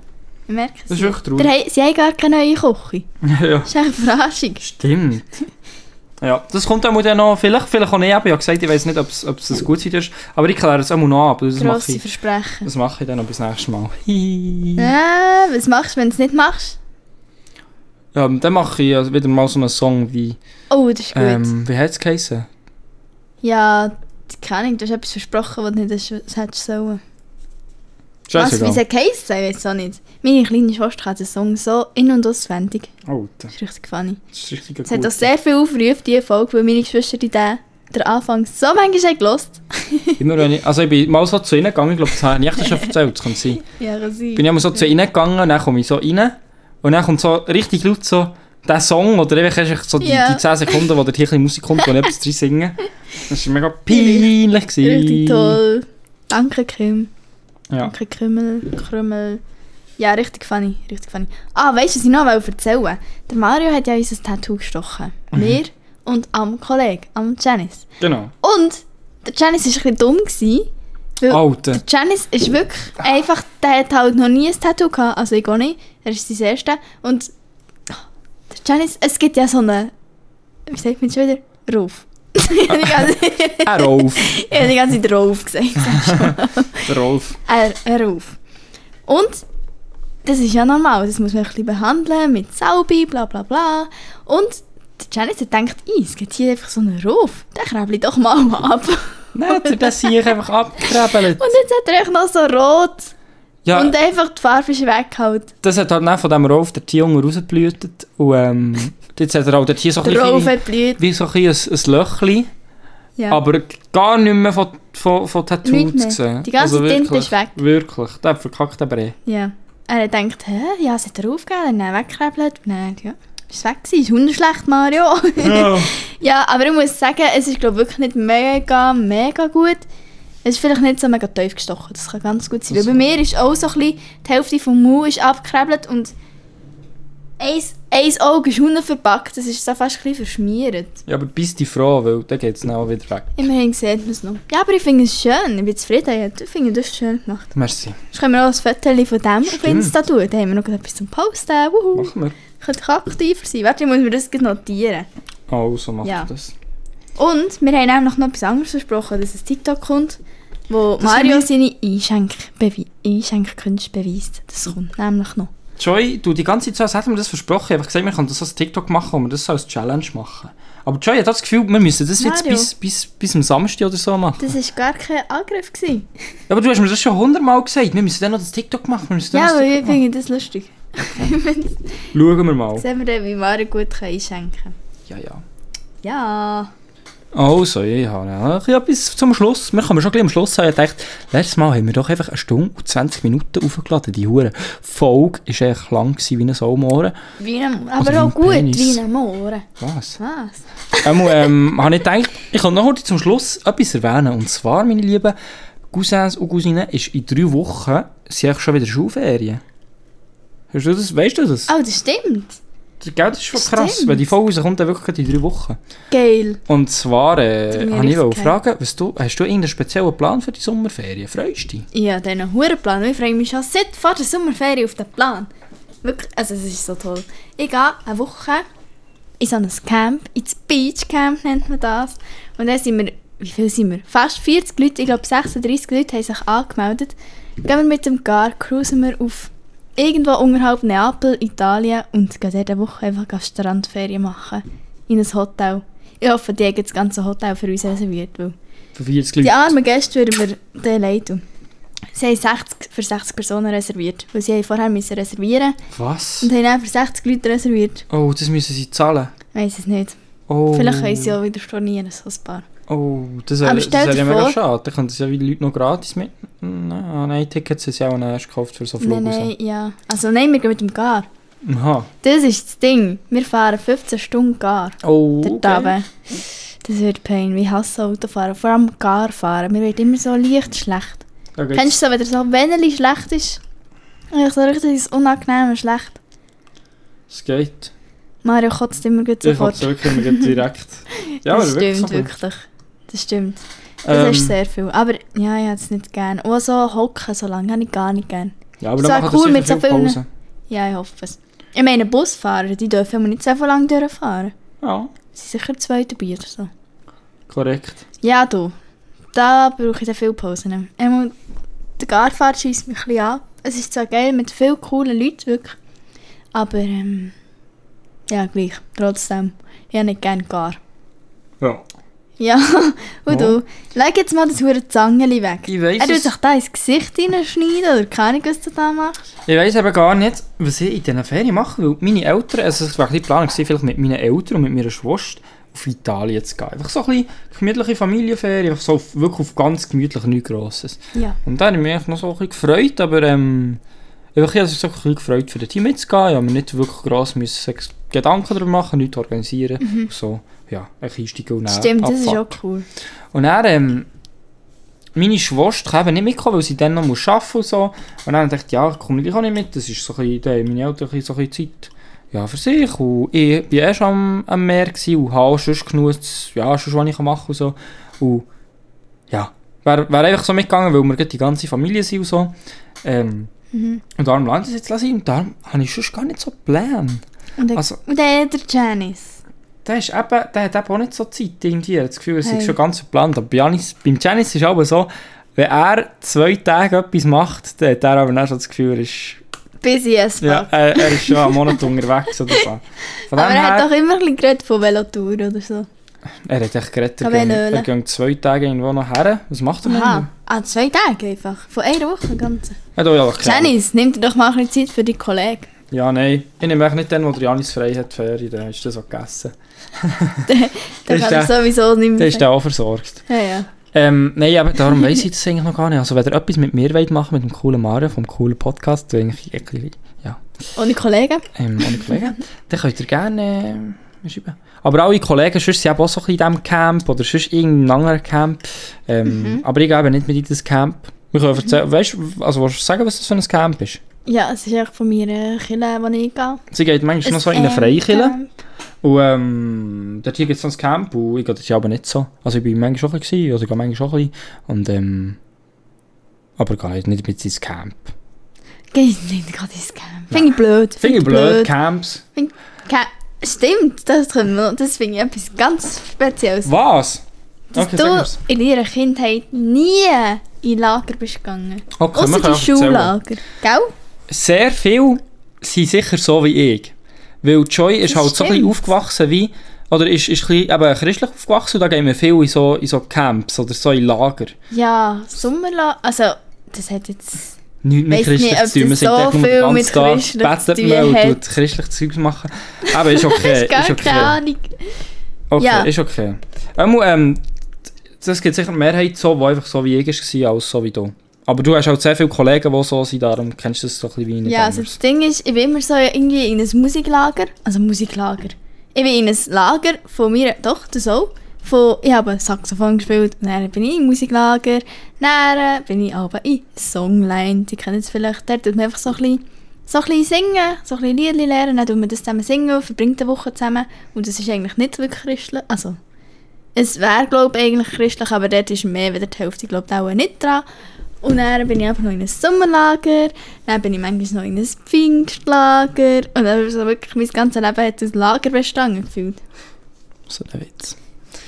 ich merke es. Das ist wirklich Der traurig. hei- Sie haben gar keine neue Küche. ja. Das ist echt eine Verarschung. Stimmt. Ja, das kommt auch dann noch, vielleicht, vielleicht auch nicht, aber ich habe gesagt, ich weiß nicht, ob es ob es ein gutes Video ist, aber ich kläre es auch noch ab, das mache Grosse ich, Versprechen. das mache ich dann noch bis nächstes Mal. Ja, was machst du, wenn du es nicht machst? Ähm, dann mache ich also wieder mal so einen Song wie, Oh, das ist gut. ähm, wie hat es geheissen? Ja, keine Ahnung, du hast etwas versprochen, was du nicht hast- das hättest sollen. Was, wie Scheißegal. es heisst, ich weiß es auch nicht. Meine kleine Schwester hat den Song so in- und auswendig. Alter, Das ist richtig funny. das ist richtig Es hat auch gut. sehr viel Aufrufe, diese Folge, weil meine Geschwister die den, den Anfang so manchmal haben gehört. Immer wenn ich, also ich bin mal so zu ihnen gegangen, ich glaube, das habe ich echt schon erzählt, das kann sein. Ja, kann sein. bin ich immer so zu ihnen gegangen und dann komme ich so rein und dann kommt so richtig laut so der Song oder eben kennst du so die, Ja. die 10 Sekunden, wo da hier ein bisschen Musik kommt und etwas drin singen. Das war mega peinlich. gewesen. Richtig toll. Danke, Kim. Ja. Danke, Krümmel. Krümmel. Ja, richtig funny. Richtig funny. Ah, weißt du, was ich noch erzählen wollte? Der Mario hat ja unser Tattoo gestochen. Mir und am Kollegen, am Janice. Genau. Und der Janice war ein bisschen dumm. Gewesen, weil Alter. Der Janice ist wirklich einfach, der hat halt noch nie ein Tattoo gehabt. Also ich auch nicht. Er ist sein erste. Und der Janice, es gibt ja so einen, wie sagt man schon wieder? Ruf. ich habe die ganze- ich Ein Rolf. habe die ganze Zeit Ruf gesagt. Der Rolf. Er, er Äh, auf. Und das ist ja normal, das muss man ein bisschen behandeln mit Salbe, bla bla bla. Und die Janice hat gedacht, «Ih, es gibt hier einfach so einen Ruf, den krabbel ich doch mal ab. Und Dann hat er das hier einfach abgekrabbelt. jetzt hat er echt noch so rot Ja, und einfach die Farbe ist weg halt. das hat halt dann von dem Rolf der Tier rausgeblüht und ähm, jetzt hat er auch dort hier so ein Der Ruf bisschen hat blüht. wie so ein, bisschen ein ein Löchchen, Ja. aber gar nicht mehr von, von, von Tattoos Nicht mehr. gesehen. Also Die ganze Tinte ist weg. Wirklich, der verkackt den Brei. ja. Er hat gedacht, hä, ja, es hat er aufgegeben, dann wegkrabbelt. Nein, ja, ist weg gewesen, ist hundeschlecht, Mario. Ja, aber ich muss sagen, es ist glaube wirklich nicht mega, mega gut. Es ist vielleicht nicht so mega tief gestochen, das kann ganz gut sein. Weil bei mir ist auch so ein bisschen, die Hälfte vom Mund ist abgekrebelt und eins, eins Auge ist unten verpackt, das ist so fast ein bisschen verschmiert. Ja, aber bist du froh, weil dann geht es dann auch wieder weg. Immerhin sieht man es noch. Ja, aber ich finde es schön, ich bin zufrieden, ja. ich finde das schön gemacht. Merci. Jetzt können wir auch ein Foto von dem auf Stimmt. Insta tun, da haben wir noch etwas zum Posten, wuhu. Machen wir. Könnte ich aktiver sein, warte, ich muss mir das gleich notieren. Also machen Ja. wir das. Und wir haben nämlich noch etwas anderes versprochen, dass es TikTok kommt, wo haben Mario wir- seine Einschenkbewe- Einschenkkünste beweist. Das kommt nämlich noch. Joy, du, die ganze Zeit, so, als hätten wir das versprochen. Ich habe gesagt, wir können das als TikTok machen und wir das so als Challenge machen. Aber Joy hat das Gefühl, wir müssen das jetzt Mario. bis, bis, bis am Samstag oder so machen. Das war gar kein Angriff. Gewesen. Ja, aber du hast mir das schon hundertmal gesagt. Wir müssen dann noch das TikTok machen. Wir müssen dann Ja, noch aber das ich TikTok machen. finde das lustig. Schauen wir mal. Sehen wir dann, wie Mario gut kann einschenken kann. Ja, ja. Ja. Also, ich habe noch etwas zum Schluss. Wir kommen schon gleich am Schluss sein. Ich dachte, letztes Mal haben wir doch einfach eine Stunde und 20 Minuten aufgeladen. Die Hure Folge war echt lang gewesen, wie ein Saumohren. Wie ein, Also aber wie ein auch gut, Penis. wie ein Mohren. Was? Was? Einmal ähm, habe ich gedacht, ich kann noch heute zum Schluss etwas erwähnen. Und zwar, meine lieben Cousins und Cousinen, ist in drei Wochen sind eigentlich schon wieder Schulferien. Hast du das, weißt du das? Oh, das stimmt. Gell, das ist schon krass, Stimmt. wenn die Folge rauskommt, dann wirklich in drei Wochen. Geil. Und zwar äh, bin ich habe ich richtig wollte fragen, was du, hast du irgendeinen speziellen Plan für die Sommerferien? Freust du dich? Ja, dann einen Hurenplan. Ich freue mich schon seit vor der Sommerferien auf den Plan. Wirklich, also es ist so toll. Ich gehe eine Woche in so ein Camp, ins Beachcamp nennt man das. Und dann sind wir, wie viel sind wir? Fast 40 Leute, ich glaube 36 Leute haben sich angemeldet. Gehen wir mit dem Car, cruisen wir auf irgendwo unterhalb Neapel, Italien und gehen dort eine Woche einfach eine Strandferien machen. In ein Hotel. Ich hoffe, die haben das ganze Hotel für uns reserviert, weil Für 40 Leute? die armen Gäste würden wir den leid tun. Sie haben 60 für 60 Personen reserviert, weil sie haben vorher müssen reservieren Was? und haben dann für 60 Leute reserviert. Oh, das müssen sie zahlen. Ich weiss es nicht. Oh, Vielleicht können sie auch wieder stornieren, so ein paar. Oh, das wäre Aber das stell wäre dir ja mega vor- schade. Dann könnten sie ja wie die Leute noch gratis mit... Nein, ah, nein, Tickets haben sie auch noch erst gekauft für so Flug Nein, und so. nein, ja. Also nein, wir gehen mit dem Gar. Aha. Das ist das Ding. Wir fahren 15 Stunden Gar. Oh, Dort oben. Das wird Pain. Wir hassen Autofahren. Vor allem Gar fahren. Mir wird immer so leicht schlecht. Da geht's. Kennst du so, wenn er so wenig schlecht ist? Eigentlich so richtig unangenehm und schlecht. Es geht. Mario kotzt immer gut Ich sofort. habe es wirklich immer gleich direkt. Ja, das aber wirklich. stimmt, so gut. wirklich. Das stimmt. Das Ähm, ist sehr viel. Aber ja, ich hätte es nicht gern. Und so hocken, so lange habe ich gar nicht gern. ja, aber es dann wäre machen cool wir mit so sicher viel vielen- Pause. Ja, ich hoffe es. Ich meine, Busfahrer, die dürfen immer nicht so viel lange durchfahren. Ja, Es sind sicher zwei dabei oder so. korrekt. Ja, du. Da brauche ich dann viel Pausen. Einmal, der Garfahrt schießt mich ein bisschen an. Es ist zwar geil mit vielen coolen Leuten, wirklich. Aber, ähm, ja, gleich. Trotzdem. Ich habe nicht gerne Gar. Ja. Ja, und Ja. du. Leg jetzt mal das hure Zangeli weg. Ich weiss Er tut es. sich da ins Gesicht hineinschneiden oder keine Ahnung, was du da machst. Ich weiß eben gar nicht, was ich in diesen Ferien mache, weil meine Eltern, also es war ein bisschen die Planung, gewesen, vielleicht mit meinen Eltern und mit meiner Schwester auf Italien zu gehen. Einfach so ein bisschen gemütliche Familienferien, einfach so auf, wirklich auf ganz gemütlich, nichts Grosses. Ja. Und da habe ich mich eigentlich noch so ein bisschen gefreut, aber ähm, einfach, ich habe mich so ein bisschen gefreut, für das Team mitzugehen. Ich habe mir nicht wirklich gross müssen, sechs Gedanken darüber machen, nichts organisieren. So, ja, ein Einstieg und dann Stimmt, das ist abfahren. auch cool. Und dann, ähm, meine Schwester kann eben nicht mitkommen, weil sie dann noch muss arbeiten und so. Und dann dachte ich, ja, ich komme gleich auch nicht mit. Das ist so ein bisschen, da haben meine Eltern ein bisschen- so ein bisschen Zeit ja, für sich. Und ich war erst am, am Meer gewesen und habe auch sonst genug, zu- ja, sonst, was ich machen kann und so. Und ja, wäre wär einfach so mitgegangen, weil wir gerade die ganze Familie sind und so. Ähm, Und darum landet es jetzt lassen und darum habe ich sonst gar nicht so Pläne. Und der, Also- und der, der Janice. Der, ist eben, der hat eben auch nicht so Zeit irgendwie. Ich habe das Gefühl, es Hey. ist schon ganz verplant. Aber bei Janis, beim Janis ist es aber so, wenn er zwei Tage etwas macht, dann hat er aber dann schon das Gefühl, er ist, Busy as fuck. ja, er, er ist schon einen Monat unterwegs oder so. Von Aber dem er hat her, doch immer ein bisschen geredet von Velotour oder so. er hat echt geredet, er Aber ging- Löhle. er ging zwei Tage irgendwo noch her. Was macht er denn? Aha. Ah, zwei Tage einfach. Von einer Woche ganz. Ja, da, ja, klar. Janice, nimm dir doch mal ein bisschen Zeit für deinen Kollegen. Ja, nein. Ich nehme eigentlich nicht den, wo der Janis frei hat, die Ferien, dann ist das auch gegessen. Der ist kann er der- sowieso nicht Dann mehr. ist der auch versorgt. Ja, ja. Ähm, nein, aber darum weiss ich das eigentlich noch gar nicht. Also, wenn ihr etwas mit mir wollt machen mit dem coolen Mario vom coolen Podcast, dann eigentlich irgendwie, ja, Ohne Kollegen? ähm, ohne Kollegen, dann könnt ihr gerne äh, schreiben. Aber alle Kollegen, sonst sind eben auch so ein bisschen in diesem Camp oder sonst irgendein anderer Camp. Ähm, Aber ich gehe eben nicht mit in das Camp. Wir können erzählen, weißt du, also willst du sagen, was das für ein Camp ist? Ja, es ist echt eh, von meiner Kille, wo ich gehe. Sie geht manchmal noch so in Ein eine Freikille. Camp. Und ähm, dort hier gibt es so ein Camp und ich gehe dort ja aber nicht so. Also ich bin manchmal schon ein bisschen, gewesen, also ich gehe manchmal schon ein bisschen. Und ähm, aber gehe halt nicht mit ins Camp. Geht nicht gerade ins Camp. Finde ich blöd. Finde ich blöd, Camps. Find- Ca- Stimmt, das, können wir- das finde ich etwas ganz Spezielles. Was? Dass Okay, sag du mir's. in deiner Kindheit nie eh, in Lager bist gegangen. Okay, wir Außer können die auch erzählen. Schullager. Gell? Sehr viele sind sicher so wie ich. Weil Joy ist Das halt so ein bisschen stimmt. aufgewachsen wie, oder ist, ist ein bisschen, eben christlich aufgewachsen und da gehen wir viel in so, in so Camps oder so in Lager. Ja, Sommerlager. Also, das hat jetzt. Nicht mit Weiss nicht, christlich ob zu tun. Wir das sind so echt nur viel den mit ganzen christlich Tag zu betet tun man und hat. tut christlich Zeugs machen. Aber ist okay. Gar ist okay. keine Ahnung. Okay, Ja. ist okay. Ähm, ähm, das gibt sicher eine Mehrheit so, die einfach so wie ich war, als so wie du. Aber du hast halt sehr viele Kollegen, die so sind, darum kennst du das so ein bisschen wie nicht Ja, also anders. das Ding ist, ich bin immer so irgendwie in ein Musiklager, also Musiklager. Ich bin in ein Lager von mir, doch, das auch. Von, ich habe Saxophon gespielt, dann bin ich im Musiklager, dann äh, bin ich aber in Songline, die kennen es vielleicht, dort tut man einfach so ein bisschen, so ein bisschen singen, so ein bisschen Liedli lernen, dann tut man das zusammen singen, verbringt eine Woche zusammen und das ist eigentlich nicht wirklich christlich, also es wäre, glaube ich, eigentlich christlich, aber dort ist mehr wieder die Hälfte, glaube ich, auch nicht dran. Und dann bin ich einfach noch in ein Sommerlager, dann bin ich manchmal noch in ein Pfingstlager und dann so wirklich mein ganzes Leben hat aus Lager bestanden gefühlt. So ein Witz.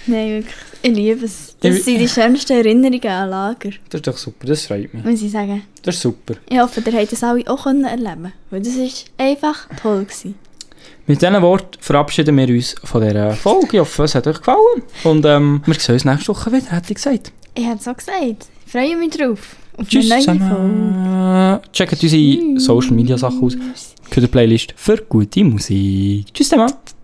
Nein, wirklich, ich liebe es. Ich- Das sind die schönsten Erinnerungen an Lager, Das ist doch super, das freut mich. muss ich sagen. Das ist super. Ich hoffe, ihr habt das alle auch können erleben weil das ist einfach toll gewesen. Mit diesen Worten verabschieden wir uns von dieser Folge. Ich hoffe, es hat euch gefallen. Und ähm, wir sehen uns nächste Woche wieder, hätte ich gesagt. Ich habe es auch gesagt, ich freue mich drauf. Auf Tschüss eine neue zusammen. Checkt unsere Social Media Sachen aus. Für die Playlist für gute Musik. Tschüss zusammen.